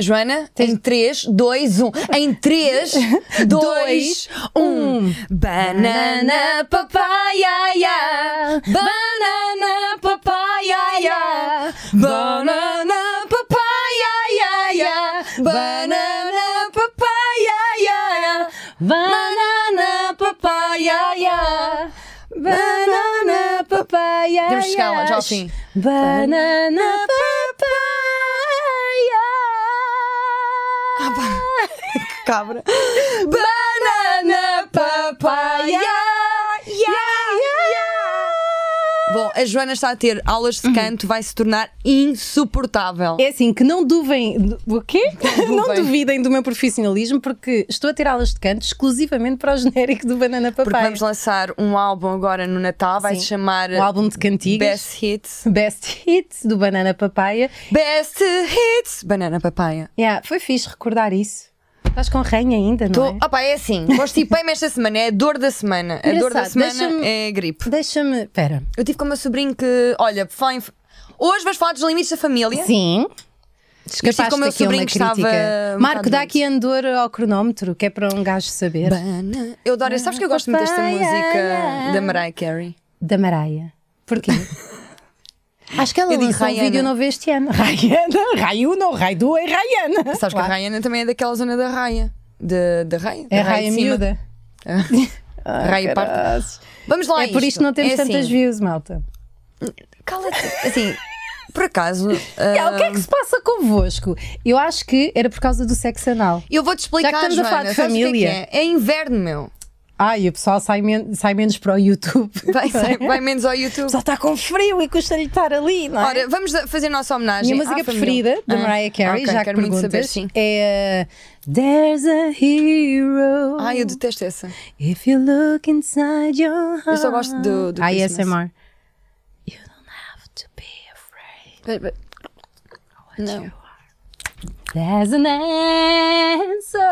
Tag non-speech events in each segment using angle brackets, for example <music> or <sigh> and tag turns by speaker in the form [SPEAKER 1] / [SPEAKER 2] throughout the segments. [SPEAKER 1] Joana, em 3, 2, 1. Em um. 3, 2,
[SPEAKER 2] <laughs> Dois,
[SPEAKER 1] 1. Banana, papaya, ya. Banana, papaya, ya. Banana, papaya, ya, ya. Banana, papaya, ya, ya. Banana, papaya, ya. Banana, papaya,
[SPEAKER 2] Temos
[SPEAKER 1] Temos
[SPEAKER 2] que
[SPEAKER 1] que
[SPEAKER 2] chegar lá, já
[SPEAKER 1] já
[SPEAKER 2] ao
[SPEAKER 1] ao
[SPEAKER 2] fim.
[SPEAKER 1] Banana, papaya.
[SPEAKER 2] Cabra.
[SPEAKER 1] Banana papaya. Bom, a Joana está a ter aulas
[SPEAKER 2] Uhum.
[SPEAKER 1] de canto, vai se tornar insuportável.
[SPEAKER 2] É assim, que não duvem. O quê? <laughs> Não
[SPEAKER 1] duvem.
[SPEAKER 2] duvidem do meu profissionalismo, porque estou a ter aulas de canto exclusivamente para o genérico do Banana Papai.
[SPEAKER 1] Porque vamos lançar um álbum agora no Natal, vai se
[SPEAKER 2] Sim.
[SPEAKER 1] chamar
[SPEAKER 2] Um álbum de cantigas.
[SPEAKER 1] Best Hits.
[SPEAKER 2] Best Hits do Banana Papaya.
[SPEAKER 1] Best Hits! Banana papaya.
[SPEAKER 2] Yeah, foi fixe recordar isso. Estás com ranho ainda, não
[SPEAKER 1] Tô,
[SPEAKER 2] é?
[SPEAKER 1] opa, é assim, constipei-me esta semana, é a dor da semana. A dor da
[SPEAKER 2] Engraçado,
[SPEAKER 1] semana
[SPEAKER 2] deixa-me-
[SPEAKER 1] é a gripe.
[SPEAKER 2] Deixa-me. Pera.
[SPEAKER 1] Eu tive com o meu sobrinho que, olha, por falar em... hoje vais falar dos limites da família.
[SPEAKER 2] Sim.
[SPEAKER 1] Mas
[SPEAKER 2] Escapaste
[SPEAKER 1] É. como o meu
[SPEAKER 2] daqui a uma
[SPEAKER 1] sobrinho que estava
[SPEAKER 2] crítica.
[SPEAKER 1] um
[SPEAKER 2] Marco,
[SPEAKER 1] bocado
[SPEAKER 2] dá
[SPEAKER 1] doente.
[SPEAKER 2] aqui andor ao cronómetro, que é para um gajo saber.
[SPEAKER 1] Bana- Eu adoro, sabes que eu gosto muito desta
[SPEAKER 2] Papaya.
[SPEAKER 1] música da Mariah Carey?
[SPEAKER 2] Da Maraia. <laughs> Porquê? Acho que ela
[SPEAKER 1] Eu digo
[SPEAKER 2] lançou um
[SPEAKER 1] Rayana.
[SPEAKER 2] vídeo novo este ano. Rayana, Rai 1, Rai 2, é Rayana.
[SPEAKER 1] Sabes que a
[SPEAKER 2] Claro.
[SPEAKER 1] Rayana também é daquela zona da raia. Da da raia?
[SPEAKER 2] é
[SPEAKER 1] Da raia
[SPEAKER 2] Raia
[SPEAKER 1] de cima.
[SPEAKER 2] miúda.
[SPEAKER 1] Raia parte.
[SPEAKER 2] Caraças.
[SPEAKER 1] Vamos lá. a
[SPEAKER 2] É por isto que não temos
[SPEAKER 1] É
[SPEAKER 2] tantas
[SPEAKER 1] assim,
[SPEAKER 2] views, malta.
[SPEAKER 1] Cala-te. Assim, por acaso.
[SPEAKER 2] Ah, o que <laughs> é
[SPEAKER 1] ah,
[SPEAKER 2] que se passa convosco? Eu acho que era por causa do sexo anal.
[SPEAKER 1] Eu vou-te explicar,
[SPEAKER 2] Já que estamos a
[SPEAKER 1] Joana,
[SPEAKER 2] falar de
[SPEAKER 1] sabes o que é que
[SPEAKER 2] família.
[SPEAKER 1] é? É inverno, meu.
[SPEAKER 2] Ai, o pessoal sai, men- sai menos para o YouTube.
[SPEAKER 1] Vai,
[SPEAKER 2] Não <laughs> é?
[SPEAKER 1] sai- vai menos ao
[SPEAKER 2] O
[SPEAKER 1] YouTube.
[SPEAKER 2] pessoal está com frio e custa-lhe estar ali, não é?
[SPEAKER 1] Ora, vamos a- fazer a nossa homenagem.
[SPEAKER 2] Minha
[SPEAKER 1] à
[SPEAKER 2] música
[SPEAKER 1] família.
[SPEAKER 2] preferida da
[SPEAKER 1] Ah,
[SPEAKER 2] Mariah Carey,
[SPEAKER 1] ok,
[SPEAKER 2] já que
[SPEAKER 1] quero muito
[SPEAKER 2] perguntas,
[SPEAKER 1] saber, sim.
[SPEAKER 2] é uh, There's a hero
[SPEAKER 1] Ai, eu detesto essa.
[SPEAKER 2] if you look inside your heart.
[SPEAKER 1] Eu só gosto do- do
[SPEAKER 2] Ai,
[SPEAKER 1] Christmas.
[SPEAKER 2] ASMR. You don't have to be afraid.
[SPEAKER 1] Não.
[SPEAKER 2] There's an answer.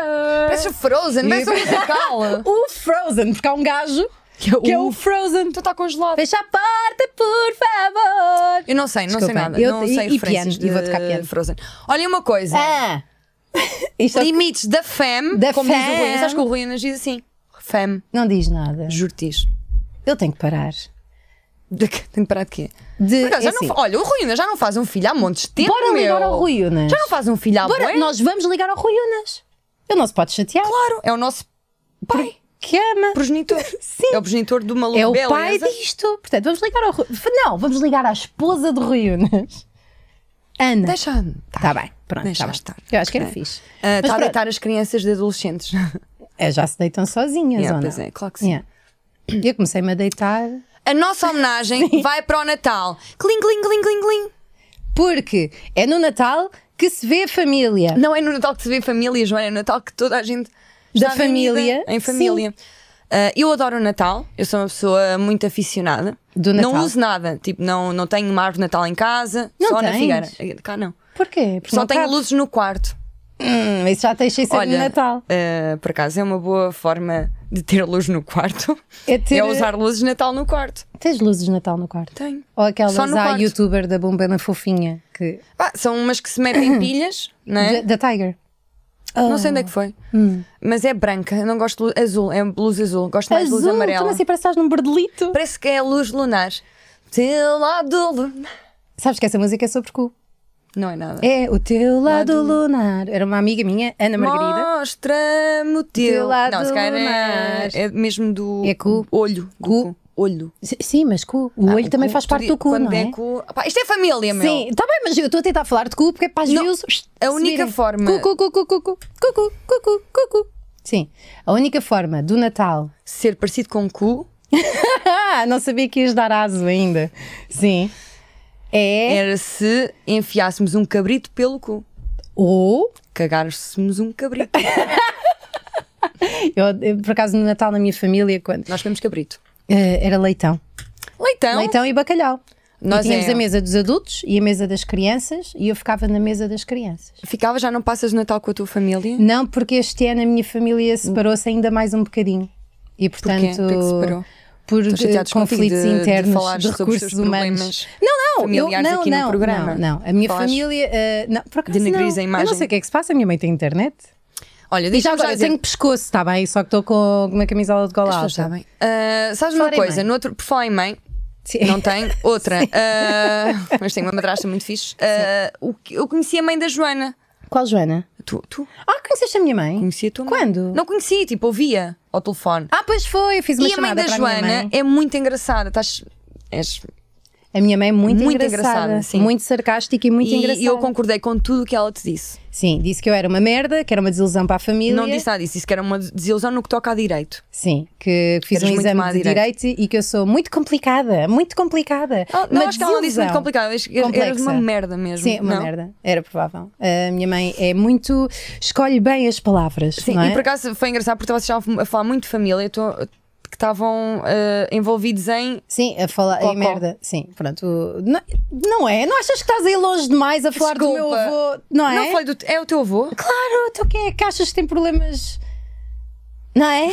[SPEAKER 1] Parece o Frozen, parece um musical.
[SPEAKER 2] o Frozen, porque há um gajo <laughs> que é o Frozen.
[SPEAKER 1] Então está congelado.
[SPEAKER 2] Fecha a porta, por favor.
[SPEAKER 1] Eu não sei, não sei
[SPEAKER 2] Desculpa,
[SPEAKER 1] nada.
[SPEAKER 2] eu-
[SPEAKER 1] não
[SPEAKER 2] e-
[SPEAKER 1] sei
[SPEAKER 2] e
[SPEAKER 1] referências
[SPEAKER 2] piano, e
[SPEAKER 1] de
[SPEAKER 2] vou tocar piano.
[SPEAKER 1] Frozen. Olha uma coisa.
[SPEAKER 2] Ah! <laughs> Isto é o que-
[SPEAKER 1] Limites da FEM,
[SPEAKER 2] Da
[SPEAKER 1] como diz o Rui.
[SPEAKER 2] fam.
[SPEAKER 1] Sabes que o Rui Anas diz assim? FEM,
[SPEAKER 2] Não diz
[SPEAKER 1] <laughs>
[SPEAKER 2] nada.
[SPEAKER 1] jurtis.
[SPEAKER 2] Eu tenho que parar.
[SPEAKER 1] Tenho que parar de quê?
[SPEAKER 2] De-
[SPEAKER 1] Por acaso,
[SPEAKER 2] é
[SPEAKER 1] já não
[SPEAKER 2] assim.
[SPEAKER 1] fa- olha, o Rui Unas já não faz um filho há montes de tempo.
[SPEAKER 2] Bora
[SPEAKER 1] meu.
[SPEAKER 2] ligar ao Rui Unas.
[SPEAKER 1] Já não faz um filho há
[SPEAKER 2] Bora,
[SPEAKER 1] bué?
[SPEAKER 2] nós vamos ligar ao Rui Unas. Ele não se pode chatear.
[SPEAKER 1] Claro, é o nosso pai,
[SPEAKER 2] Que ama.
[SPEAKER 1] progenitor.
[SPEAKER 2] <laughs> Sim.
[SPEAKER 1] É o progenitor de uma
[SPEAKER 2] É o
[SPEAKER 1] beleza.
[SPEAKER 2] pai disto. Portanto, vamos ligar ao Rui. Não, vamos ligar à esposa do Rui Unas. Ana.
[SPEAKER 1] Deixa. Tá.
[SPEAKER 2] Tá bem, pronto.
[SPEAKER 1] Deixa
[SPEAKER 2] tá bem.
[SPEAKER 1] estar.
[SPEAKER 2] Eu acho que era
[SPEAKER 1] Ok.
[SPEAKER 2] fixe.
[SPEAKER 1] Ah, Está
[SPEAKER 2] Mas
[SPEAKER 1] a
[SPEAKER 2] pronto,
[SPEAKER 1] deitar as crianças de adolescentes. <laughs>
[SPEAKER 2] é, já se deitam sozinhas,
[SPEAKER 1] Yeah,
[SPEAKER 2] ou não?
[SPEAKER 1] pois é, claro que sim.
[SPEAKER 2] Yeah. Eu comecei-me a deitar
[SPEAKER 1] A nossa homenagem vai para o Natal. Cling, cling, cling, cling, cling.
[SPEAKER 2] porque é no Natal que se vê a família.
[SPEAKER 1] Não é no Natal que se vê família, Joana, é no Natal que toda a gente está
[SPEAKER 2] Da família,
[SPEAKER 1] reunida em família. Ah, eu adoro o Natal, eu sou uma pessoa muito aficionada.
[SPEAKER 2] Do Natal.
[SPEAKER 1] Não uso nada, tipo, não, não tenho uma árvore de Natal em casa,
[SPEAKER 2] Não
[SPEAKER 1] só na
[SPEAKER 2] tens?
[SPEAKER 1] figueira. Cá não.
[SPEAKER 2] Porquê? Porque
[SPEAKER 1] Só
[SPEAKER 2] não
[SPEAKER 1] tenho
[SPEAKER 2] cabe.
[SPEAKER 1] luzes no quarto.
[SPEAKER 2] Hum, isso já deixei ser no
[SPEAKER 1] Olha,
[SPEAKER 2] Natal.
[SPEAKER 1] ah, por acaso é uma boa forma de ter luz no quarto.
[SPEAKER 2] É ter-
[SPEAKER 1] é usar luzes de Natal no quarto.
[SPEAKER 2] Tens luzes de Natal no quarto?
[SPEAKER 1] Tenho.
[SPEAKER 2] Ou aquelas
[SPEAKER 1] Só no
[SPEAKER 2] à
[SPEAKER 1] quarto.
[SPEAKER 2] youtuber da Bomba na Fofinha que
[SPEAKER 1] Pá, são umas que se
[SPEAKER 2] <coughs>
[SPEAKER 1] metem em pilhas, não é?
[SPEAKER 2] Da, da Tiger.
[SPEAKER 1] Não sei onde é que foi.
[SPEAKER 2] Hum.
[SPEAKER 1] Mas é branca, eu não gosto de luz azul, é luz azul, gosto mais de luz
[SPEAKER 2] Azul,
[SPEAKER 1] amarela.
[SPEAKER 2] como assim? Parece que estás num bordelito.
[SPEAKER 1] Parece que é a luz lunar. Teu lado lunar.
[SPEAKER 2] Sabes que essa música é sobre cu.
[SPEAKER 1] Não é nada.
[SPEAKER 2] É o teu lado, lunar. Era uma amiga minha, Ana Margarida.
[SPEAKER 1] Mostra-me o teu.
[SPEAKER 2] Teu lado
[SPEAKER 1] não, se calhar é,
[SPEAKER 2] lunar.
[SPEAKER 1] é mesmo do
[SPEAKER 2] É cu.
[SPEAKER 1] olho. do
[SPEAKER 2] Cu.
[SPEAKER 1] Olho.
[SPEAKER 2] Si- Sim, mas cu. O olho
[SPEAKER 1] O
[SPEAKER 2] também
[SPEAKER 1] cu,
[SPEAKER 2] faz
[SPEAKER 1] tu
[SPEAKER 2] parte
[SPEAKER 1] di-
[SPEAKER 2] do cu,
[SPEAKER 1] quando
[SPEAKER 2] não é?
[SPEAKER 1] é cu. Pá, isto é família, meu.
[SPEAKER 2] Sim, está bem, mas eu estou a tentar falar de cu porque é para as
[SPEAKER 1] Não,
[SPEAKER 2] views.
[SPEAKER 1] a única
[SPEAKER 2] subirem.
[SPEAKER 1] forma-
[SPEAKER 2] Cu, cu, cu, cu, cu, cu, cu, cu, cu, cu, cu. Sim, a única forma do Natal. <laughs>
[SPEAKER 1] Ser parecido com cu
[SPEAKER 2] Ah, não sabia que ias dar aso ainda. Sim. É.
[SPEAKER 1] era se enfiássemos um cabrito pelo cu.
[SPEAKER 2] Ou.
[SPEAKER 1] Cagássemos um cabrito.
[SPEAKER 2] <laughs> Eu, eu, por acaso, no Natal, na minha família, quando.
[SPEAKER 1] Nós comemos cabrito.
[SPEAKER 2] eh, era leitão.
[SPEAKER 1] Leitão.
[SPEAKER 2] Leitão e bacalhau.
[SPEAKER 1] Nós
[SPEAKER 2] e tínhamos
[SPEAKER 1] é-
[SPEAKER 2] a mesa dos adultos e a mesa das crianças e eu ficava na mesa das crianças.
[SPEAKER 1] Ficava, já não passas o Natal com a tua família?
[SPEAKER 2] Não, porque este ano a minha família separou-se ainda mais um bocadinho. E portanto.
[SPEAKER 1] Porquê? O que é que separou?
[SPEAKER 2] por
[SPEAKER 1] Estou
[SPEAKER 2] eh,
[SPEAKER 1] chateados contigo
[SPEAKER 2] conflitos
[SPEAKER 1] de- de
[SPEAKER 2] internos
[SPEAKER 1] falares
[SPEAKER 2] de
[SPEAKER 1] sobre os
[SPEAKER 2] recursos
[SPEAKER 1] teus
[SPEAKER 2] humanos.
[SPEAKER 1] problemas
[SPEAKER 2] Não, não, eu,
[SPEAKER 1] familiares
[SPEAKER 2] não,
[SPEAKER 1] aqui no
[SPEAKER 2] não,
[SPEAKER 1] programa.
[SPEAKER 2] não, não. A minha
[SPEAKER 1] Falaste-
[SPEAKER 2] família, eh, não, por acaso não.
[SPEAKER 1] Denegris a
[SPEAKER 2] Eu não
[SPEAKER 1] imagem.
[SPEAKER 2] sei o que é que se passa, a minha mãe tem internet.
[SPEAKER 1] Olha,
[SPEAKER 2] E já
[SPEAKER 1] deixa-me
[SPEAKER 2] agora,
[SPEAKER 1] já
[SPEAKER 2] eu
[SPEAKER 1] dizer.
[SPEAKER 2] tenho pescoço, está bem, só que estou com uma camisola de gola
[SPEAKER 1] As
[SPEAKER 2] alta.
[SPEAKER 1] pessoas sabem. Ah, sabes uma
[SPEAKER 2] Falar em
[SPEAKER 1] coisa?
[SPEAKER 2] mãe.
[SPEAKER 1] No outro, por falar em mãe,
[SPEAKER 2] Sim.
[SPEAKER 1] não tá. tem outra. Ah, mas tem uma madrasta muito fixe. Ah, o que- eu conheci a mãe da Joana.
[SPEAKER 2] <laughs> Qual Joana?
[SPEAKER 1] Tu, tu
[SPEAKER 2] Ah, conheceste a minha mãe?
[SPEAKER 1] conhecia a tua mãe?
[SPEAKER 2] Quando?
[SPEAKER 1] Não conheci, tipo, ouvia ao telefone.
[SPEAKER 2] Ah, pois foi, eu fiz uma
[SPEAKER 1] e a mãe
[SPEAKER 2] chamada
[SPEAKER 1] da
[SPEAKER 2] para a minha
[SPEAKER 1] Joana
[SPEAKER 2] mãe.
[SPEAKER 1] é muito engraçada. Estás. És
[SPEAKER 2] A minha mãe é muito,
[SPEAKER 1] Muito
[SPEAKER 2] engraçada,
[SPEAKER 1] engraçada, sim.
[SPEAKER 2] muito sarcástica e muito
[SPEAKER 1] e
[SPEAKER 2] engraçada.
[SPEAKER 1] eu concordei com tudo o que ela te disse.
[SPEAKER 2] Sim, disse que eu era uma merda, que era uma desilusão para a família.
[SPEAKER 1] Não disse nada disso. Disse que era uma desilusão no que toca a direito.
[SPEAKER 2] Sim, que fiz
[SPEAKER 1] Eras
[SPEAKER 2] um
[SPEAKER 1] muito
[SPEAKER 2] exame
[SPEAKER 1] má
[SPEAKER 2] de direito. e que eu sou muito complicada, muito complicada.
[SPEAKER 1] Ah, não,
[SPEAKER 2] Uma
[SPEAKER 1] acho que ela não disse muito
[SPEAKER 2] desilusão.
[SPEAKER 1] complicado. Acho que Era
[SPEAKER 2] Complexa.
[SPEAKER 1] uma merda mesmo.
[SPEAKER 2] Sim, uma
[SPEAKER 1] não?
[SPEAKER 2] merda, era provável. A minha mãe é muito. escolhe bem as palavras.
[SPEAKER 1] Sim,
[SPEAKER 2] não é?
[SPEAKER 1] e por acaso foi engraçado porque vocês estavam a falar muito de família eu tô- que estavam eh, envolvidos em.
[SPEAKER 2] Sim, a falar
[SPEAKER 1] Cocó.
[SPEAKER 2] em merda. Sim, pronto. Não, não é? Não achas que estás aí longe demais a falar do meu
[SPEAKER 1] Desculpa.
[SPEAKER 2] avô? Não é?
[SPEAKER 1] Não falei do. É o teu avô?
[SPEAKER 2] Claro, tu quem é que achas que tem problemas?
[SPEAKER 1] <laughs>
[SPEAKER 2] Não é?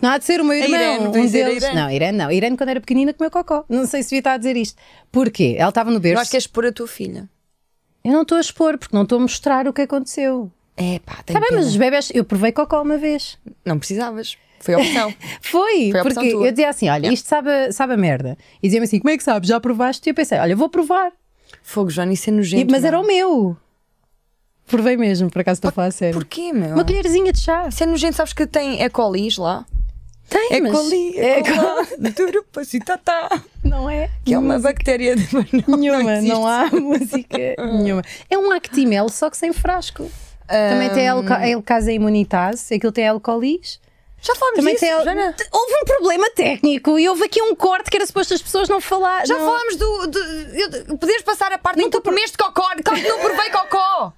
[SPEAKER 2] Não há de ser o meu
[SPEAKER 1] A
[SPEAKER 2] irmão.
[SPEAKER 1] Irene,
[SPEAKER 2] um
[SPEAKER 1] podia ser a
[SPEAKER 2] deles.
[SPEAKER 1] Irene.
[SPEAKER 2] Não, Irene não. Irene, quando era pequenina, comeu cocó. Não sei se devia estar a dizer isto. Porquê? Ela estava no
[SPEAKER 1] Eu
[SPEAKER 2] berço.
[SPEAKER 1] acho que é- és pôr a tua filha.
[SPEAKER 2] Eu não estou a expor, porque não estou a mostrar o que aconteceu.
[SPEAKER 1] É pá, tem
[SPEAKER 2] Está Tá bem, mas os bebés. Eu provei cocó uma vez.
[SPEAKER 1] Não precisavas. Foi a opção.
[SPEAKER 2] Foi,
[SPEAKER 1] Foi a opção
[SPEAKER 2] porque
[SPEAKER 1] tua.
[SPEAKER 2] eu dizia assim: olha,
[SPEAKER 1] Yeah.
[SPEAKER 2] isto sabe, a- sabe a merda. E dizia-me assim: como é que sabes? Já provaste? E eu pensei: olha, vou provar.
[SPEAKER 1] <laughs> Fogo, Joana, isso é
[SPEAKER 2] E-
[SPEAKER 1] nojento.
[SPEAKER 2] mas era
[SPEAKER 1] meu.
[SPEAKER 2] o meu. Provei mesmo, por acaso estou a falar a sério.
[SPEAKER 1] Porquê, meu?
[SPEAKER 2] Uma colherzinha de chá.
[SPEAKER 1] Isso é nojento, sabes que tem E. colis lá?
[SPEAKER 2] Tem,
[SPEAKER 1] E.
[SPEAKER 2] mas-
[SPEAKER 1] coli,
[SPEAKER 2] É
[SPEAKER 1] E. <laughs> coli, duropacitata,
[SPEAKER 2] Não é?
[SPEAKER 1] tá, que é uma bactéria de <laughs> não,
[SPEAKER 2] Nenhuma,
[SPEAKER 1] existe.
[SPEAKER 2] não, há <laughs>
[SPEAKER 1] <laughs>
[SPEAKER 2] música nenhuma. É um Actimel, só que sem frasco. Também tem a Elcasa imunitase, aquilo tem alcoolis.
[SPEAKER 1] Já falámos
[SPEAKER 2] Também
[SPEAKER 1] disso,
[SPEAKER 2] tem al-
[SPEAKER 1] Joana?
[SPEAKER 2] Te- Houve um problema técnico e houve aqui um corte que era suposto as pessoas não falar.
[SPEAKER 1] Já
[SPEAKER 2] não-
[SPEAKER 1] <laughs> falámos do. do eu- poderes passar a parte em que tu comeste cocó. Claro que não provei cocó!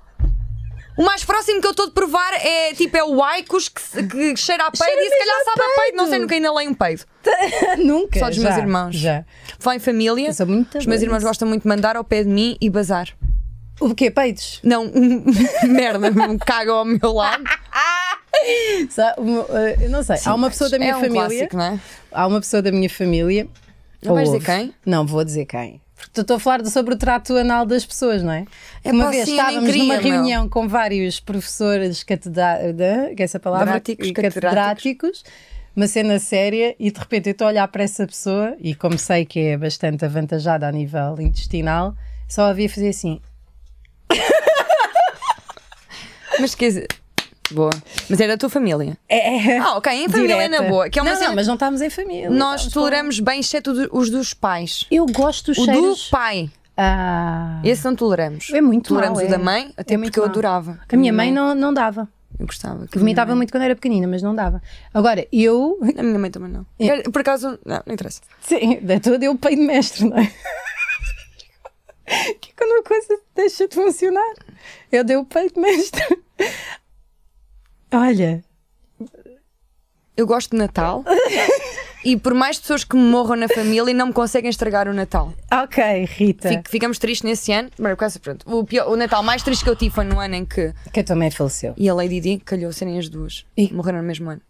[SPEAKER 1] O mais próximo que eu estou de provar é tipo é o Aicos que, se- que cheira a peido
[SPEAKER 2] Cheira
[SPEAKER 1] e se calhar
[SPEAKER 2] mesmo a
[SPEAKER 1] sabe a peido. Não sei
[SPEAKER 2] peido.
[SPEAKER 1] nunca ainda leio um peido.
[SPEAKER 2] Nunca.
[SPEAKER 1] Só dos meus
[SPEAKER 2] já,
[SPEAKER 1] irmãos.
[SPEAKER 2] Já.
[SPEAKER 1] Falar em família,
[SPEAKER 2] Eu sou muito
[SPEAKER 1] os meus
[SPEAKER 2] boa
[SPEAKER 1] irmãos
[SPEAKER 2] nisso.
[SPEAKER 1] gostam muito de mandar ao pé de mim e bazar.
[SPEAKER 2] O quê? Peitos?
[SPEAKER 1] Não, <laughs> um- merda, me cagam ao meu lado.
[SPEAKER 2] Só- um, eh, eu não sei. há uma
[SPEAKER 1] Mas
[SPEAKER 2] pessoa da minha
[SPEAKER 1] é um
[SPEAKER 2] família.
[SPEAKER 1] Clássico, não é?
[SPEAKER 2] Há uma pessoa da minha família.
[SPEAKER 1] Não
[SPEAKER 2] ou
[SPEAKER 1] vais dizer
[SPEAKER 2] houve.
[SPEAKER 1] quem?
[SPEAKER 2] Não vou dizer quem. Porque tu- estou a falar sobre o trato anal das pessoas, não é?
[SPEAKER 1] É
[SPEAKER 2] uma
[SPEAKER 1] pá,
[SPEAKER 2] vez
[SPEAKER 1] sim, eu nem
[SPEAKER 2] estávamos
[SPEAKER 1] queria,
[SPEAKER 2] numa
[SPEAKER 1] meu.
[SPEAKER 2] reunião com vários professores catedráticos, que é essa palavra?
[SPEAKER 1] Dráticos,
[SPEAKER 2] E
[SPEAKER 1] catedráticos.
[SPEAKER 2] catedráticos, uma cena séria, e de repente eu estou a olhar para essa pessoa, e como sei que é bastante avantajada a nível intestinal, só havia fazer assim.
[SPEAKER 1] Mas quer dizer. Boa. Mas era da tua família.
[SPEAKER 2] É, é,
[SPEAKER 1] Ah, ok, em família é na
[SPEAKER 2] direta.
[SPEAKER 1] boa. Que é uma
[SPEAKER 2] não,
[SPEAKER 1] cena
[SPEAKER 2] não, mas não estamos em família.
[SPEAKER 1] Nós
[SPEAKER 2] estamos
[SPEAKER 1] toleramos bem, exceto do- os dos pais.
[SPEAKER 2] só- Eu gosto dos
[SPEAKER 1] O
[SPEAKER 2] cheiros.
[SPEAKER 1] do pai.
[SPEAKER 2] Ah,
[SPEAKER 1] Esse não toleramos.
[SPEAKER 2] É muito
[SPEAKER 1] Toleramos
[SPEAKER 2] mau,
[SPEAKER 1] o da
[SPEAKER 2] é.
[SPEAKER 1] mãe, até
[SPEAKER 2] É muito
[SPEAKER 1] porque eu
[SPEAKER 2] mau.
[SPEAKER 1] adorava.
[SPEAKER 2] a minha mãe não, não dava.
[SPEAKER 1] Eu gostava. que a minha
[SPEAKER 2] Vomitava
[SPEAKER 1] mãe-
[SPEAKER 2] muito quando era pequenina, mas não dava. Agora, eu. <laughs>
[SPEAKER 1] A minha mãe também não.
[SPEAKER 2] É.
[SPEAKER 1] Eu, Por acaso, não, não interessa.
[SPEAKER 2] Sim, da tua deu peido mestre, não é? <laughs> Que quando uma coisa deixa de funcionar, eu dei o peito mestre. Olha,
[SPEAKER 1] Eu gosto de Natal e por mais pessoas que me morram na família não me conseguem estragar o Natal.
[SPEAKER 2] ok, Rita.
[SPEAKER 1] Fico- ficamos tristes nesse ano. Mas, por acaso, pronto, o, pior- o Natal mais triste que eu tive foi no ano em que.
[SPEAKER 2] Que a tua mãe faleceu.
[SPEAKER 1] E a Lady Di calhou serem as duas.
[SPEAKER 2] E-
[SPEAKER 1] Morreram no mesmo ano.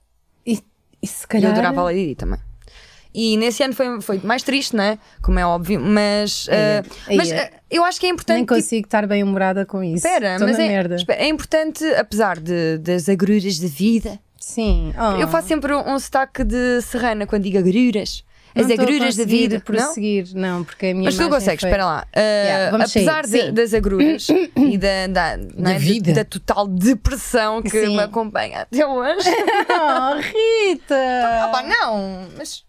[SPEAKER 2] E, e se
[SPEAKER 1] E
[SPEAKER 2] calhar.
[SPEAKER 1] Eu adorava a Lady Di também. E nesse ano foi, foi mais triste, não é? Como é óbvio, mas,
[SPEAKER 2] É,
[SPEAKER 1] eh, mas
[SPEAKER 2] é.
[SPEAKER 1] eh, eu acho que é importante
[SPEAKER 2] Nem consigo estar bem humorada com isso.
[SPEAKER 1] Espera,
[SPEAKER 2] Estou
[SPEAKER 1] mas
[SPEAKER 2] na
[SPEAKER 1] é,
[SPEAKER 2] merda.
[SPEAKER 1] espera, é importante, apesar de- das agruras de vida,
[SPEAKER 2] Sim. Oh,
[SPEAKER 1] eu faço sempre um, um sotaque de serrana quando digo agruras.
[SPEAKER 2] não
[SPEAKER 1] As
[SPEAKER 2] estou a
[SPEAKER 1] agruras de
[SPEAKER 2] conseguir
[SPEAKER 1] vida, não?
[SPEAKER 2] prosseguir, não? porque a minha
[SPEAKER 1] Mas tu
[SPEAKER 2] imagem
[SPEAKER 1] consegues,
[SPEAKER 2] foi-
[SPEAKER 1] espera lá. Uh,
[SPEAKER 2] Yeah, vamos sair,
[SPEAKER 1] apesar de-
[SPEAKER 2] sim.
[SPEAKER 1] das agruras e da, da, não é? De-
[SPEAKER 2] Da vida.
[SPEAKER 1] da total depressão que
[SPEAKER 2] Sim.
[SPEAKER 1] me acompanha até hoje.
[SPEAKER 2] <laughs> Oh, Rita!
[SPEAKER 1] ah, pá, não, mas.